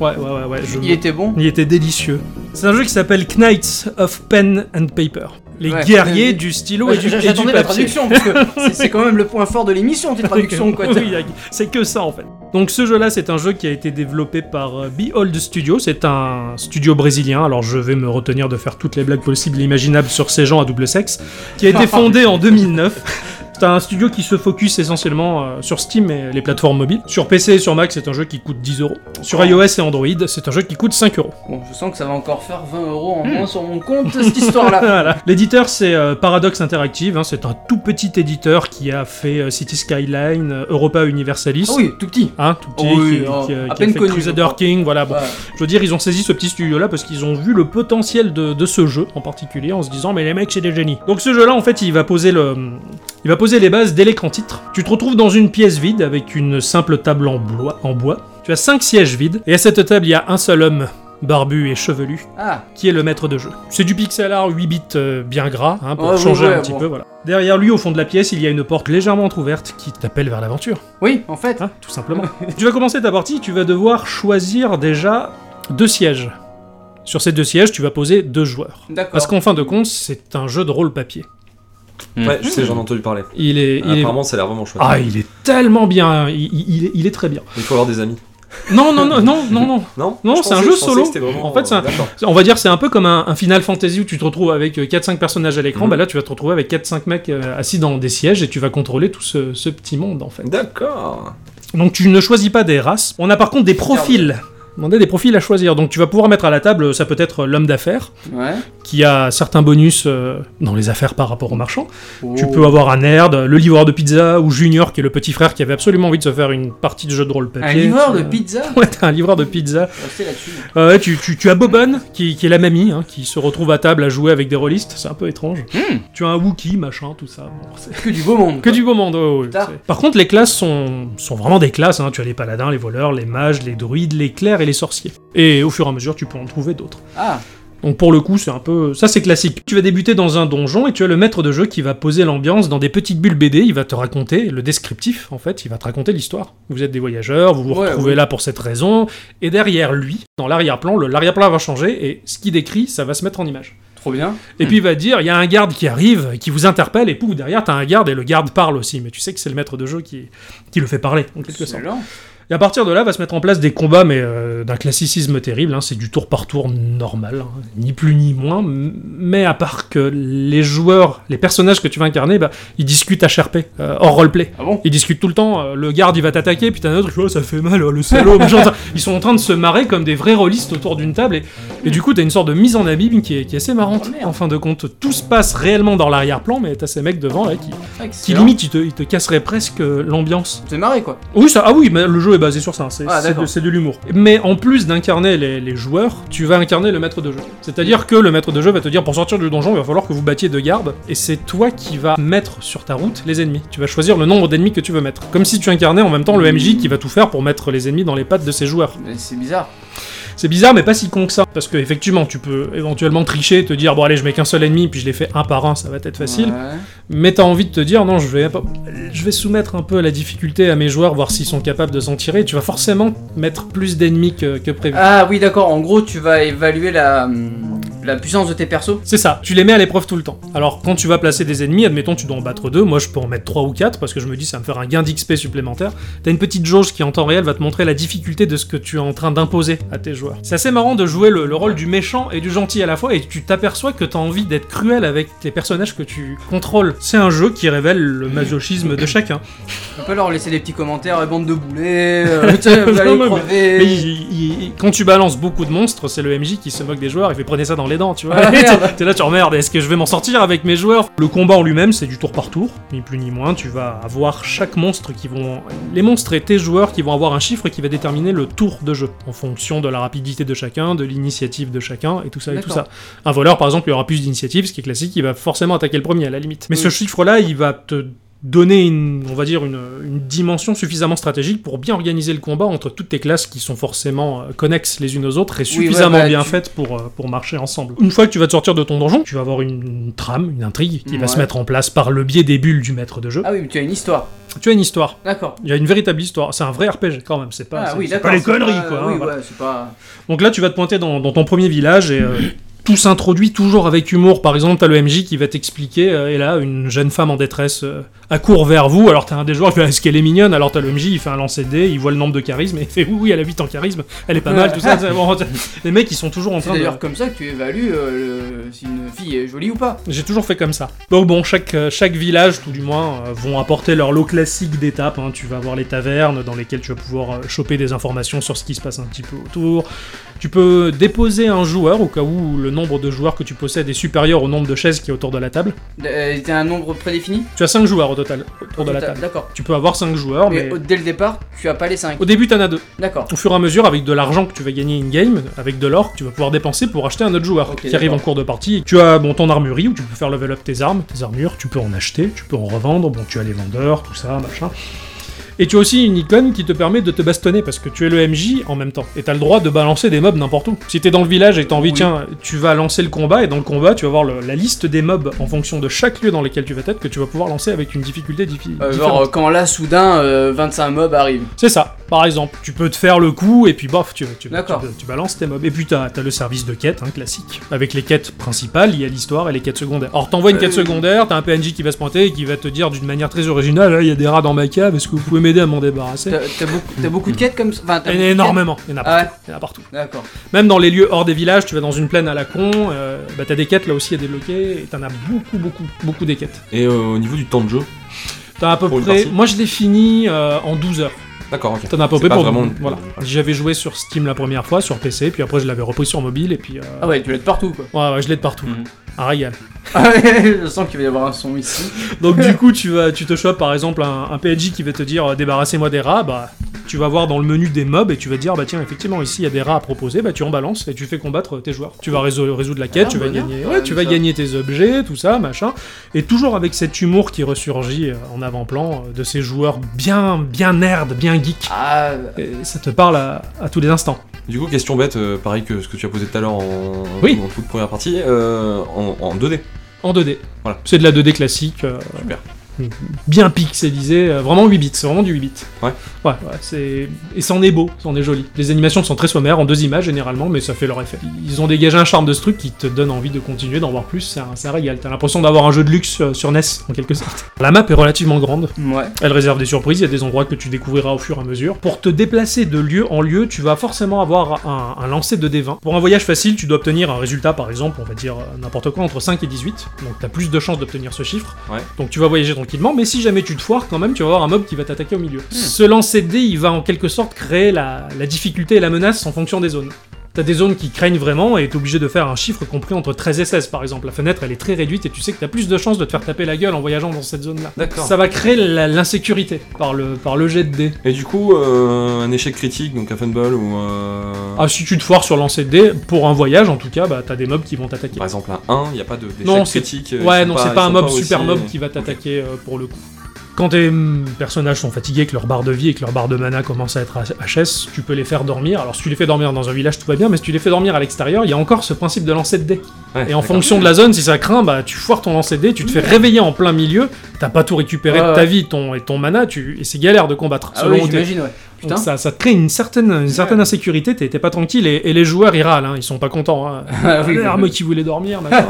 Ouais, ouais, ouais. ouais, je- Il était bon il était délicieux. C'est un jeu qui s'appelle Knights of Pen and Paper. Les Ouais. guerriers du stylo et du, et du J'attendais la papier. traduction, parce que c'est- c'est quand même le point fort de l'émission, tes traductions, quoi. Oui, c'est que ça en fait. Donc ce jeu-là, c'est un jeu qui a été développé par euh, Behold Studio. C'est un studio brésilien. Alors je vais me retenir de faire toutes les blagues possibles et imaginables sur ces gens à double sexe, qui a été fondé en 2009. C'est un studio qui se focus essentiellement euh, sur Steam et les plateformes mobiles. Sur PC et sur Mac, c'est un jeu qui coûte 10 euros. Oh. Sur iOS et Android, c'est un jeu qui coûte 5 euros. Bon, je sens que ça va encore faire 20 euros en moins sur mon compte, cette histoire-là. Voilà. L'éditeur, c'est euh, Paradox Interactive. hein. c'est un tout petit éditeur qui a fait euh, City Skyline, euh, Europa Universalis. Ah oui, tout petit. Bah, Hein, tout petit, Oui, qui, oh, qui- euh, à qui a peine fait connu, je Crusader crois. King, voilà. Ah Bon. Ouais. Je veux dire, ils ont saisi ce petit studio-là parce qu'ils ont vu le potentiel de, de ce jeu en particulier en se disant, mais les mecs, c'est des génies. Donc ce jeu-là, en fait, il va poser le. Il va poser les bases dès l'écran titre. Tu te retrouves dans une pièce vide avec une simple table en bois. En bois. Tu as cinq sièges vides et à cette table, il y a un seul homme, barbu et chevelu, Ah, qui est le maître de jeu. C'est du pixel art 8 bits euh, bien gras, hein, pour Ouais, ouais, changer Ah ouais, un petit bon. peu, voilà. Derrière lui, au fond de la pièce, il y a une porte légèrement entr'ouverte qui t'appelle vers l'aventure. oui, en fait. Hein, tout simplement. tu vas commencer ta partie, tu vas devoir choisir déjà deux sièges. Sur ces deux sièges, tu vas poser deux joueurs. D'accord. Parce qu'en fin de compte, c'est un jeu de rôle papier. Ouais, je sais, j'en ai entendu parler. Il est, il est... Apparemment, ça a l'air vraiment chouette. Ah, il est tellement bien, il, il- il est, il est très bien. Il faut avoir des amis. Non, non, non, non, non, non. Non Non, Je c'est pensais- un je jeu pensais solo. que c'était vraiment- En fait, c'est un- D'accord. On va dire c'est un peu comme un, un Final Fantasy où tu te retrouves avec euh, 4-5 personnages à l'écran, Mhm. bah là tu vas te retrouver avec 4-5 mecs euh, assis dans des sièges et tu vas contrôler tout ce, ce petit monde en fait. D'accord. Donc tu ne choisis pas des races. On a par contre des profils. euh, On a des profils à choisir. Donc tu vas pouvoir mettre à la table, euh, ça peut être l'homme d'affaires, Ouais. qui a certains bonus euh, dans les affaires par rapport aux marchands. Tu Oh. peux avoir un nerd, le livreur de pizza, ou Junior, qui est le petit frère qui avait absolument envie de se faire une partie de jeu de rôle papier. Un livreur de Euh, pizza Ouais, t'as un livreur de pizza. Restez là-dessus. hein. Euh, tu, tu, tu as Boban, qui, qui est la mamie, hein, qui se retrouve à table à jouer avec des rôlistes, c'est un peu étrange. Hmm. Tu as un Wookie, machin, tout ça. Bon, c'est- Que du beau monde. que quoi. du beau monde, ouais, ouais, Tard. c'est- Par contre, les classes sont, sont vraiment des classes. hein. Tu as les paladins, les voleurs, les mages, les druides, les clercs et les sorciers. Et au fur et à mesure, tu peux en trouver d'autres. Ah, Donc pour le coup, c'est un peu. Ça, c'est classique. Tu vas débuter dans un donjon et tu as le maître de jeu qui va poser l'ambiance dans des petites bulles BD. Il va te raconter le descriptif, en fait. Il va te raconter l'histoire. Vous êtes des voyageurs, vous vous Ouais, retrouvez ouais. là pour cette raison. Et derrière lui, dans l'arrière-plan, le- l'arrière-plan va changer et ce qu'il décrit, ça va se mettre en image. Trop bien. Et puis il va dire, il y a un garde qui arrive, qui vous interpelle, et pouf, derrière, t'as un garde et le garde parle aussi. Mais tu sais que c'est le maître de jeu qui, qui le fait parler, en quelque sorte. Excellent. Et à partir de là, va se mettre en place des combats, mais euh, d'un classicisme terrible. hein, c'est du tour par tour normal, hein, ni plus ni moins. m- Mais à part que les joueurs, les personnages que tu vas incarner, bah, ils discutent HRP, euh, hors roleplay. Ah bon Ils discutent tout le temps. euh, le garde, il va t'attaquer, puis t'as un autre, oh, ça fait mal, oh, le salaud. machin, ça. Ils sont en train de se marrer comme des vrais rôlistes autour d'une table. Et, et du coup, t'as une sorte de mise en abîme qui est, qui est assez marrante. Oh, en fin de compte, tout se passe réellement dans l'arrière-plan, mais t'as ces mecs devant là qui, qui Excellent. limite, ils te, ils te casseraient presque euh, l'ambiance. C'est marré quoi. Oui, ça, ah oui, mais le jeu est basé sur ça, c'est Ah, c'est d'accord. de, c'est de l'humour. Mais en plus d'incarner les, les joueurs, tu vas incarner le maître de jeu. C'est-à-dire que le maître de jeu va te dire pour sortir du donjon, il va falloir que vous battiez deux gardes, et c'est toi qui vas mettre sur ta route les ennemis. Tu vas choisir le nombre d'ennemis que tu veux mettre. Comme si tu incarnais en même temps le MJ qui va tout faire pour mettre les ennemis dans les pattes de ses joueurs. Mais c'est bizarre. C'est bizarre, mais pas si con que ça. Parce que effectivement, tu peux éventuellement tricher, te dire bon allez, je mets qu'un seul ennemi, puis je les fais un par un, ça va être facile Ouais. mais t'as envie de te dire non, je vais, je vais soumettre un peu la difficulté à mes joueurs, voir s'ils sont capables de s'en tirer. Tu vas forcément mettre plus d'ennemis que, que prévu. Ah oui, d'accord. En gros, tu vas évaluer la, hum, la puissance de tes persos. C'est ça, tu les mets à l'épreuve tout le temps. Alors quand tu vas placer des ennemis, admettons tu dois en battre deux, moi je peux en mettre trois ou quatre parce que je me dis ça va me faire un gain d'XP supplémentaire. T'as une petite jauge qui en temps réel va te montrer la difficulté de ce que tu es en train d'imposer à tes joueurs. C'est assez marrant de jouer le, le rôle du méchant et du gentil à la fois et tu t'aperçois que t'as envie d'être cruel avec les personnages que tu contrôles. C'est un jeu qui révèle le masochisme de chacun. On peut leur laisser des petits commentaires, euh, bande de boulets, euh, tiens, vous allez Non, mais- crever. Mais il- il- il- quand tu balances beaucoup de monstres, c'est le MJ qui se moque des joueurs, il fait prenez ça dans les dents, tu vois. Ah, T'es- merde. T'es là, tu remerdes, est-ce que je vais m'en sortir avec mes joueurs Le combat en lui-même, c'est du tour par tour, ni plus ni moins. Tu vas avoir chaque monstre qui vont. Les monstres et tes joueurs qui vont avoir un chiffre qui va déterminer le tour de jeu, en fonction de la rapidité de chacun, de l'initiative de chacun, et tout ça, et tout ça. D'accord. Un voleur, par exemple, il aura plus d'initiative, ce qui est classique, il va forcément attaquer le premier à la limite. Mais ce chiffre-là, il va te donner une, on va dire une, une dimension suffisamment stratégique pour bien organiser le combat entre toutes tes classes qui sont forcément euh, connexes les unes aux autres et ouais, suffisamment bah, bien tu- Mm. faites pour, euh, pour marcher ensemble. Une fois que tu vas te sortir de ton donjon, tu vas avoir une, une trame, une intrigue qui va Ouais. se mettre en place par le biais des bulles du maître de jeu. Ah oui, mais tu as une histoire. Tu as une histoire. D'accord. Il y a une véritable histoire. C'est un vrai RPG quand même. C'est pas, Ah c'est- oui, c'est d'accord. pas les c'est conneries pas- quoi. hein, Oui, voilà. ouais, c'est pas. Donc là, tu vas te pointer dans, dans ton premier village et euh, tout s'introduit toujours avec humour. Par exemple, t'as le MJ qui va t'expliquer, euh, et là, une jeune femme en détresse euh, accourt vers vous. Alors t'as un des joueurs qui fait Est-ce qu'elle est mignonne Alors t'as le MJ, il fait un lancer de dés, il voit le nombre de charisme et il fait Oui, oui, elle a 8 en charisme, elle est pas mal, tout ça. c'est bon. les mecs, ils sont toujours en C'est train de. d'ailleurs comme ça que tu évalues euh, le- si une fille est jolie ou pas. J'ai toujours fait comme ça. Donc bon, chaque, euh, chaque village, tout du moins, euh, vont apporter leur lot classique d'étapes. hein. Tu vas avoir les tavernes dans lesquelles tu vas pouvoir euh, choper des informations sur ce qui se passe un petit peu autour. Tu peux déposer un joueur au cas où le nombre de joueurs que tu possèdes est supérieur au nombre de chaises qui est autour de la table. Euh, T'as un nombre prédéfini Tu as 5 joueurs au total autour de la table. D'accord. Tu peux avoir 5 joueurs, Mais mais... au- dès le départ, tu as pas les 5. Au début, t'en as deux. D'accord. Au fur et à mesure, avec de l'argent que tu vas gagner in-game, avec de l'or, tu vas pouvoir dépenser pour acheter un autre joueur Ok, qui arrive en d'accord. cours de partie. Tu as bon, ton armurerie où tu peux faire level up tes armes, tes armures, tu peux en acheter, tu peux en revendre, bon, tu as les vendeurs, tout ça, machin. Et tu as aussi une icône qui te permet de te bastonner parce que tu es le MJ en même temps. Et t'as le droit de balancer des mobs n'importe où. Si t'es dans le village et t'as envie, Oui. tiens, tu vas lancer le combat et dans le combat, tu vas voir le- la liste des mobs en fonction de chaque lieu dans lequel tu vas être que tu vas pouvoir lancer avec une difficulté diffi- Euh, différente. genre, euh, quand là, soudain, euh, 25 mobs arrivent. C'est ça, par exemple. Tu peux te faire le coup et puis bof, tu, tu, tu, D'accord. tu balances tes mobs. Et puis t'as as le service de quête, hein, classique. Avec les quêtes principales, il y a l'histoire et les quêtes secondaires. Or, t'envoies une quête Euh. secondaire, t'as un PNJ qui va se pointer et qui va te dire d'une manière très originale Ah, il y a des rats dans ma cave, est-ce que vous pouvez m'aider à m'en débarrasser T'as t'as beaucoup, t'as beaucoup de quêtes comme ça Enfin, t'as Et beaucoup de Énormément, il y en a quêtes Ah ouais, partout, il y en a partout. d'accord. Même dans les lieux hors des villages, tu vas dans une plaine à la con, euh, bah t'as des quêtes là aussi à débloquer, et t'en as beaucoup, beaucoup, beaucoup des quêtes. Et euh, au niveau du temps de jeu T'as à peu Pour une près, partie. moi je l'ai fini euh, en 12 heures. D'accord, ok. T'en as à peu C'est près pas pour. vraiment- Voilà. J'avais joué sur Steam la première fois, sur PC, puis après je l'avais repris sur mobile, et puis. euh, Ah ouais, tu l'as de partout quoi. ouais, ouais, je l'ai de partout. Mhm. Un régal. Ah ouais, je sens qu'il va y avoir un son ici. Donc du coup, tu, vas, tu te chopes par exemple un, un PNJ qui va te dire euh, débarrassez-moi des rats, bah. Tu vas voir dans le menu des mobs et tu vas te dire bah tiens effectivement ici il y a des rats à proposer bah tu en balances et tu fais combattre euh, tes joueurs. Tu vas réso- résoudre la quête, Ah, tu vas bonheur. gagner Ouais, ouais, tu mais vas ça- gagner tes objets, tout ça, machin et toujours avec cet humour qui ressurgit euh, en avant-plan euh, de ces joueurs bien bien nerd, bien geek. Ah, Et ça te parle à, à tous les instants. Du coup, question bête, euh, pareil que ce que tu as posé tout à l'heure en, Oui. en toute première partie, euh, en, en 2D. En 2D. Voilà. C'est de la 2D classique. euh, Super. Bien pixelisé, euh, vraiment 8 bits, c'est vraiment du 8 bits. Ouais. Ouais, ouais, c'est... Et c'en est beau, c'en est joli. Les animations sont très sommaires, en deux images généralement, mais ça fait leur effet. Ils ont dégagé un charme de ce truc qui te donne envie de continuer, d'en voir plus, c'est un, c'est un régal. T'as l'impression d'avoir un jeu de luxe euh, sur NES, en quelque sorte. La map est relativement grande, Ouais. elle réserve des surprises, il y a des endroits que tu découvriras au fur et à mesure. Pour te déplacer de lieu en lieu, tu vas forcément avoir un, un lancer de D20. Pour un voyage facile, tu dois obtenir un résultat, par exemple, on va dire euh, n'importe quoi, entre 5 et 18. Donc tu as plus de chances d'obtenir ce chiffre. Ouais. Donc tu vas voyager tranquillement, mais si jamais tu te foires, quand même, tu vas avoir un mob qui va t'attaquer au milieu. Ce lancer de dés, il va en quelque sorte créer la, la difficulté et la menace en fonction des zones. T'as des zones qui craignent vraiment et t'es obligé de faire un chiffre compris entre 13 et 16 par exemple. La fenêtre elle est très réduite et tu sais que t'as plus de chances de te faire taper la gueule en voyageant dans cette zone là. D'accord. Ça va créer la- l'insécurité par le, par le jet de dés. Et du coup, euh, un échec critique, donc un funball ou euh, Ah, si tu te foires sur lancer de dés, pour un voyage en tout cas, bah t'as des mobs qui vont t'attaquer. par exemple un 1, il n'y a pas de- Non, d'échec c'est- critique. euh, ils ouais, sont non, c'est ils pas un sont mob, aussi- euh, super mob qui va t'attaquer euh, pour le coup. Quand tes hum, personnages sont fatigués, que leur barre de vie et que leur barre de mana commence à être à- HS, tu peux les faire dormir. Alors si tu les fais dormir dans un village, tout va bien, mais si tu les fais dormir à l'extérieur, il y a encore ce principe de lancer de dés. Ouais, Et en d'accord. fonction de la zone, si ça craint, bah tu foires ton lancer de dés, tu te fais réveiller en plein milieu, t'as pas tout récupéré de Ouais, ta ouais. vie ton, et ton mana, tu, et c'est galère de combattre. Ah selon oui, où t'es. j'imagine, ouais. Donc Putain. ça, ça te crée une certaine, une certaine insécurité, t'es t'es pas tranquille, et, et les joueurs ils râlent, hein, ils sont pas contents. hein. Ah oui, L'arme qui voulait dormir, machin.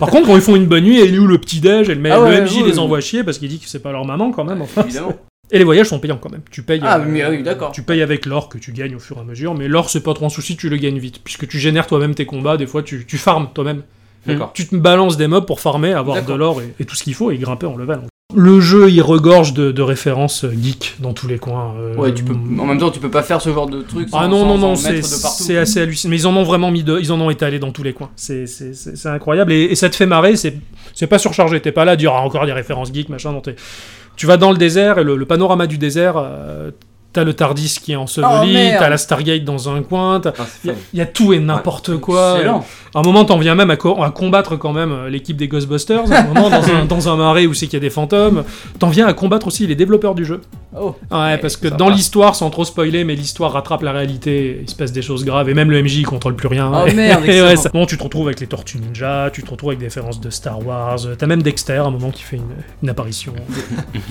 Par contre, quand ils font une bonne nuit, elle est où le petit-déj Et le, Ah ouais, le MJ ouais, les ouais. envoie chier parce qu'il dit que c'est pas leur maman quand même. enfin. Évidemment. Et les voyages sont payants quand même. Tu payes, euh, Ah, mais oui, d'accord. tu payes avec l'or que tu gagnes au fur et à mesure, mais l'or c'est pas trop un souci, tu le gagnes vite. Puisque tu génères toi-même tes combats, des fois tu, tu farmes toi-même. D'accord. Tu te balances des mobs pour farmer, avoir de D'accord. l'or et, et tout ce qu'il faut et grimper en level. Le jeu il regorge de, de références euh, geek dans tous les coins. euh, Ouais, tu peux. En même temps, tu peux pas faire ce genre de truc. Sans, ah non, sans- non, sans non, mettre c'est de partout. c'est assez hallucinant. Mais ils en ont vraiment mis de. Ils en ont étalé dans tous les coins. C'est- C'est c'est- c'est incroyable. Et, et ça te fait marrer, c'est c'est pas surchargé. T'es pas là à dire Ah, encore des références geeks, machin. Non, t'es- tu vas dans le désert et le, le panorama du désert. euh, T'as le Tardis qui est Oh, enseveli, merde. t'as la Stargate dans un coin, t'as- Ah, c'est hmm. il y, a- fun. il y a tout et n'importe quoi. Excellent. À un moment, t'en viens même à, co- à combattre quand même euh, l'équipe des Ghostbusters. À un moment, dans un, dans un marais où c'est qu'il y a des fantômes, t'en viens à combattre aussi les développeurs du jeu. Oh. Ouais, Ouais, parce que ça dans va. l'histoire, sans trop spoiler, mais l'histoire rattrape la réalité, il se passe des choses graves, et même le MJ il contrôle plus rien. Oh, Et- merde, et ouais, excellent. ça- Bon, tu te retrouves avec les Tortues Ninja, tu te retrouves avec des références de Star Wars, euh, t'as même Dexter à un moment qui fait une, une apparition.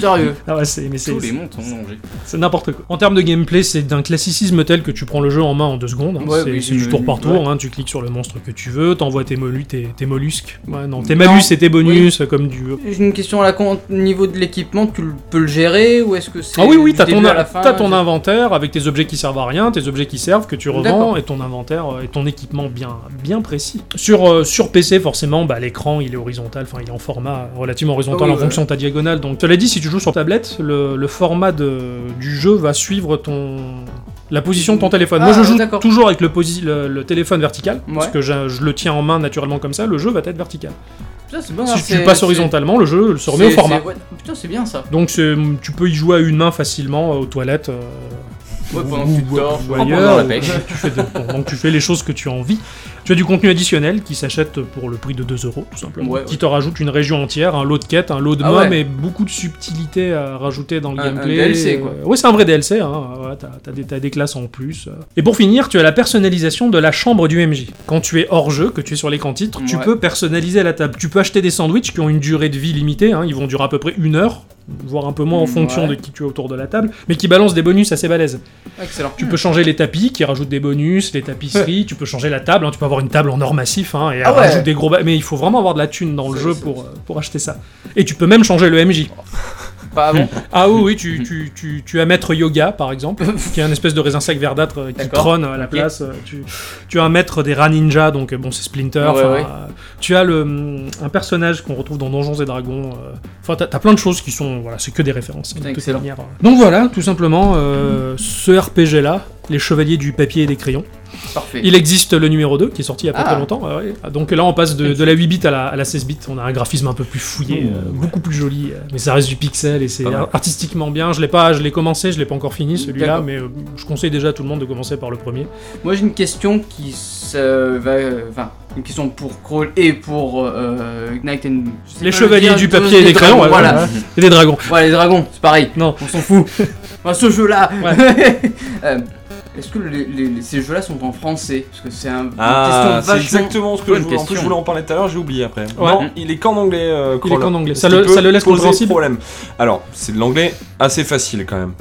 Sérieux. Ah ouais, c'est, mais c'est, Tous les mondes sont en danger. c'est n'importe quoi. En termes de gameplay, c'est d'un classicisme tel que tu prends le jeu en main en deux secondes. hein. Ouais, c'est oui, c'est du mais- tour par tour, hein, tu cliques sur le monstre que tu veux, t'envoies tes, molus, tes, tes mollusques. Ouais, non, tes malus et tes bonus, euh, comme du J'ai une question à la con. Au niveau de l'équipement, tu le- peux le gérer ou est-ce que c'est. Ah oui, oui, du t'as début ton, à la fin, t'as ton c'est- inventaire avec tes objets qui servent à rien, tes objets qui servent, que tu revends, D'accord. et ton inventaire euh, et ton équipement bien, bien précis. Sur, euh, sur PC, forcément, bah, l'écran il est horizontal, enfin il est en format relativement horizontal Ah oui, en ouais. fonction de ta diagonale. Donc, cela dit, si tu joues sur tablette, le, le format de- du jeu va suivre ton. La position de ton téléphone. Moi, Ah, je joue d'accord. toujours avec le, posi- le, le téléphone vertical, parce Ouais. que je, je le tiens en main naturellement comme ça, le jeu va être vertical. Putain, c'est bon, hein, si tu c'est- passes c'est- horizontalement, le jeu se remet au c'est- format. c'est- ouais, Putain, c'est bien ça. Donc c'est- tu peux y jouer à une main facilement euh, aux toilettes. euh, Ouais, pendant ou- que tu ou- te torches, ou ou pendant ailleurs, la ou- pêche. tu fais de- bon, donc tu fais les choses que tu as envie. Tu as du contenu additionnel qui s'achète pour le prix de 2 euros, tout simplement. Ouais, ouais. Qui te rajoute une région entière, un lot de quêtes, un lot de Ah mobs ouais. et beaucoup de subtilités à rajouter dans le Un- un gameplay. DLC, quoi. Euh, ouais, c'est un vrai DLC. Hein. Voilà, t'as, t'as des, t'as des classes en plus. euh. Et pour finir, tu as la personnalisation de la chambre du MJ. Quand tu es hors jeu, que tu es sur l'écran titre, tu Ouais. peux personnaliser la table. Tu peux acheter des sandwichs qui ont une durée de vie limitée. hein. Ils vont durer à peu près une heure voire un peu moins en Mm, Ouais. fonction de qui tu es autour de la table, mais qui balance des bonus assez balèzes. Excellent. Tu peux changer les tapis qui rajoutent des bonus, les tapisseries, tu peux changer la table, hein, tu peux avoir une table en or massif hein, et elle Ah ouais. rajoute des gros ba- mais il faut vraiment avoir de la thune dans le C'est- jeu c'est- pour, euh, pour acheter ça. Et tu peux même changer le MJ. Pas avant. Ah oui oui, tu, tu, tu, tu as maître yoga par exemple, qui est un espèce de raisin sec verdâtre euh, qui D'accord. trône à la Ok. place, euh, tu, tu as un maître des rats ninja donc euh, bon c'est Splinter, Ouais, enfin, ouais. euh, tu as le hum, un personnage qu'on retrouve dans Donjons et Dragons, euh, enfin t'as t'as plein de choses qui sont voilà, c'est que des références. hein, de toute Excellent. manière. Donc voilà, tout simplement euh, ce RPG là, les chevaliers du papier et des crayons. Parfait. Il existe le numéro 2 qui est sorti il y a pas Ah. très longtemps. ouais, ouais. Ah, Donc là, on passe de, de la 8 bits à la, à la 16 bits. On a un graphisme un peu plus fouillé, euh, beaucoup plus joli, euh, mais ça reste du pixel et c'est Pas mal. ar- artistiquement bien. Je l'ai pas, je l'ai commencé, je l'ai pas encore fini celui-là, D'accord. mais euh, je conseille déjà à tout le monde de commencer par le premier. Moi j'ai une question qui se va, euh, enfin une question pour Crawl et pour euh, Ignite and je sais Les pas chevaliers dire, du de- papier et des crayons, dragons, ouais, voilà. Et des dragons. Ouais, les dragons, c'est pareil. Non. on s'en fout. Enfin, ce jeu-là. Euh, Est-ce que les- les- les- ces jeux-là sont en français Parce que c'est un, Ah, une c'est question vachement. exactement ce que Bonne je voulais. En plus, question. je voulais en parler tout à l'heure, j'ai oublié après. Ouais. Non, il est qu'en anglais. euh, Il est Crawler. qu'en anglais. Ça Ce le- qui peut ça le laisse poser compréhensible. problème. Alors, c'est de l'anglais assez facile quand même.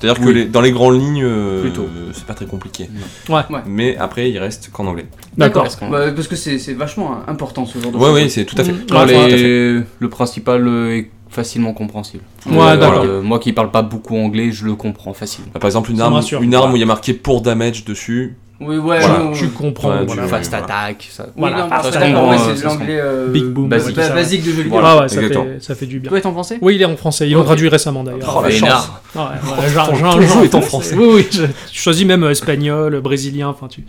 C'est-à-dire que Oui. les- dans les grandes lignes, euh, Plutôt. euh, c'est pas très compliqué. Ouais. Ouais. Mais après, il reste qu'en anglais. D'accord. Parce qu'on- Bah, parce que c'est c'est vachement important ce genre de Ouais, choses. ouais, c'est tout à fait. Mm. Ouais, Quand les- tout à Le principal euh, est facilement compréhensible. Ouais, Euh, d'accord. euh, moi qui parle pas beaucoup anglais, je le comprends facilement. Bah, par exemple, une Ça me arme, rassure. une arme où il y a marqué pour damage dessus. Oui, ouais, Voilà. non, Tu oui, comprends. Ah, Ouais, voilà. tu- Fast voilà. attack, ça. Voilà, non, ça, c'est ça se euh, d'accord, ouais, comprend, c'est ça de se comprend. l'anglais euh, Big boom. Basique. ba- basique de jeu vidéo. Ah ouais, ça Exactement. fait, ça fait du bien. Toi, t'es en français Oui, il est en français. Ils l'ont Ok. traduit récemment d'ailleurs. Oh, la Vénard. chance. Ouais, ouais, genre- ton- genre- ton jeu genre- est en français. Oui, oui, je, tu choisis même euh, espagnol, euh, brésilien, enfin tu.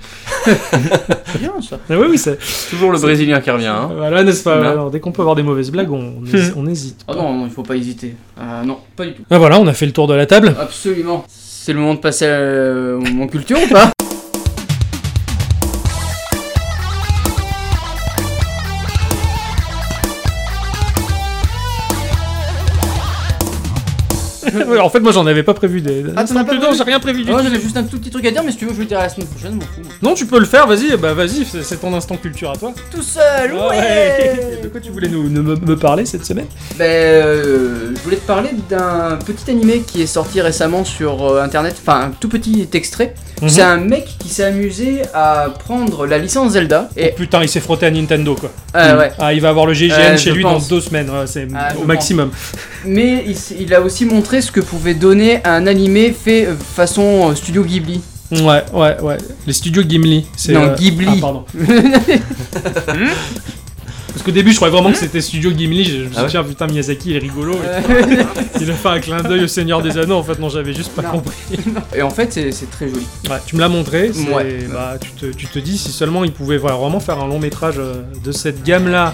Bien ça. Ah oui, oui, c'est. Toujours le brésilien qui revient. hein. Voilà, n'est-ce pas Non. Alors, Dès qu'on peut avoir des mauvaises blagues, on, on hési- on hésite. Ah non, non, il faut pas hésiter. Ah non, pas du tout. Ah, voilà, on a fait le tour de la table. Absolument. C'est le moment de passer à- euh, au moment culture ou pas Ouais, en fait, moi, j'en avais pas prévu des. Ah, t'en as pas Non, prévu Ah, j'ai rien prévu du Moi tout. j'avais juste un tout petit truc à dire, mais si tu veux, je vais le dire la semaine prochaine, je m'en fous. Non, tu peux le faire. Vas-y, bah vas-y, c'est c'est ton instant culture à toi. Tout seul, Ah, ouais. De quoi tu voulais nous, nous- me, me parler cette semaine Ben, euh, je voulais te parler d'un petit animé qui est sorti récemment sur euh, internet, enfin un tout petit extrait. Mhm. C'est un mec qui s'est amusé à prendre la licence Zelda et. Putain, il s'est frotté à Nintendo quoi. Ah ouais. Ah, il va avoir le GGN Euh, chez je lui pense. dans deux semaines, ouais, c'est Ah, je au pense. maximum. Mais il, s- il a aussi montré ce que pouvait donner un animé fait euh, façon euh, studio Ghibli. Ouais, ouais, ouais. Les studios Gimli, c'est. Non, euh, Ghibli. Ah, pardon. Hmm Parce qu'au début, je croyais vraiment que c'était Studio Gimli. Je je me suis Ah ouais dit, ah, putain, Miyazaki, il est rigolo. Euh, Il a fait un clin d'œil au Seigneur des Anneaux. En fait, non, j'avais juste pas Non. compris. et en fait, c'est c'est très joli. Ouais, tu me l'as montré. c'est- Ouais. Bah, tu, te, tu te dis, si seulement il pouvait vraiment faire un long métrage euh, de cette gamme-là.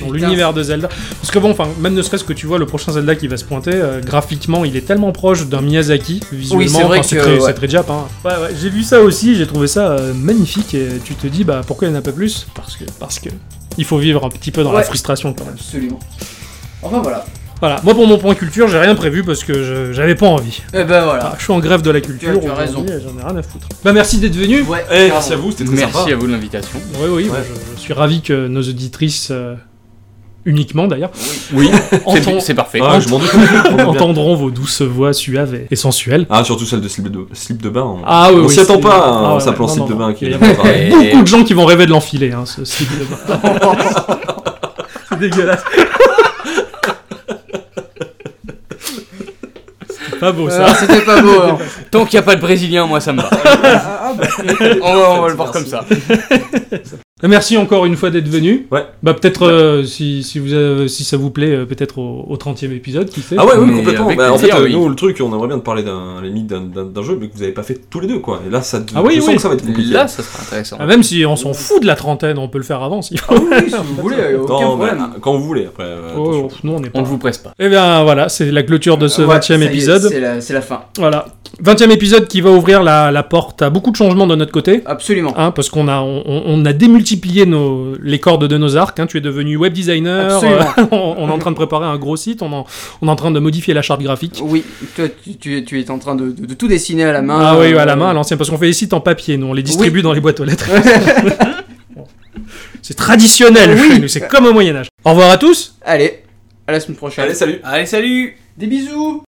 Dans Putain. l'univers de Zelda. Parce que bon, enfin, même ne serait-ce que tu vois le prochain Zelda qui va se pointer, euh, graphiquement, il est tellement proche d'un Miyazaki, visuellement, Oui, c'est vrai enfin, c'est que, très, ouais. c'est très Jap. hein. Ouais, ouais, j'ai vu ça aussi, j'ai trouvé ça euh, magnifique, et tu te dis, bah, pourquoi il n'y en a pas plus Parce que, parce que, il faut vivre un petit peu dans la Ouais. frustration quand même. Absolument. Enfin voilà. Voilà, moi pour mon point culture, j'ai rien prévu parce que je- j'avais pas envie. Et ben voilà. Ah, je suis en grève de la culture. tu as raison. aujourd'hui, J'en ai rien à foutre. Bah merci d'être venu. Ouais, Eh, carrément. merci à vous, c'était très Merci sympa. à vous de l'invitation. Oui, oui, bah, je, je suis ravi que nos auditrices, euh, uniquement d'ailleurs, Oui, c'est entend- c'est parfait. Ah, je m'en doute. entendront vos douces voix suaves et, et sensuelles. Ah, surtout celle de slip de, slip de bain. on- Ah oui, on oui, s'y attend c'est- pas, hein, Ah, en ouais, s'appelant non, slip non, de non. bain. qui Il y a est- Et- Beaucoup de gens qui vont rêver de l'enfiler, hein, ce slip de bain. C'est dégueulasse. C'est Pas beau ça. Ah, C'était pas beau. hein. Tant qu'il n'y a pas de brésilien, moi ça me va. on va, on va le voir comme ça. Merci encore une fois d'être venu. Ouais. Bah peut-être euh, si, si vous avez- si ça vous plaît, euh, peut-être au, au 30e épisode, qui fait. Ah ouais, oui, Mais complètement. avec Bah, en fait, plaisir, euh, oui. nous, le truc, on aimerait bien te parler d'un à la limite d'un- d'un d'un jeu, mais que vous avez pas fait tous les deux, quoi. Et là, ça, Ah oui, je sens oui. que ça va être compliqué. Là, ça sera intéressant. Ah, même si on s'en fout de la trentaine, on peut le faire avant. Si... Ah oui, oui, si vous voulez, euh, aucun Non, problème. bah, quand vous voulez, après. euh, attention. Oh, nous on est pas. On ne vous presse pas. Eh bien voilà, c'est la clôture de ce Ouais, 20e ça y est, épisode. C'est la, c'est la fin. Voilà. 20e épisode qui va ouvrir la, la porte à beaucoup de changements de notre côté. Absolument. Hein, parce qu'on a, on, on a démultiplié nos, les cordes de nos arcs. hein. Tu es devenu web designer. Absolument. euh, on, on est en train de préparer un gros site. On, en- on est en train de modifier la charte graphique. Oui, toi, tu, tu- tu es en train de, de- de tout dessiner à la main. Ah oui, euh, à la main, à l'ancien. Parce qu'on fait les sites en papier. Nous, on les distribue dans les boîtes aux lettres. c'est traditionnel. chez nous, C'est comme au Moyen-Âge. Au revoir à tous. Allez, à la semaine prochaine. Allez, salut! Allez, salut Des bisous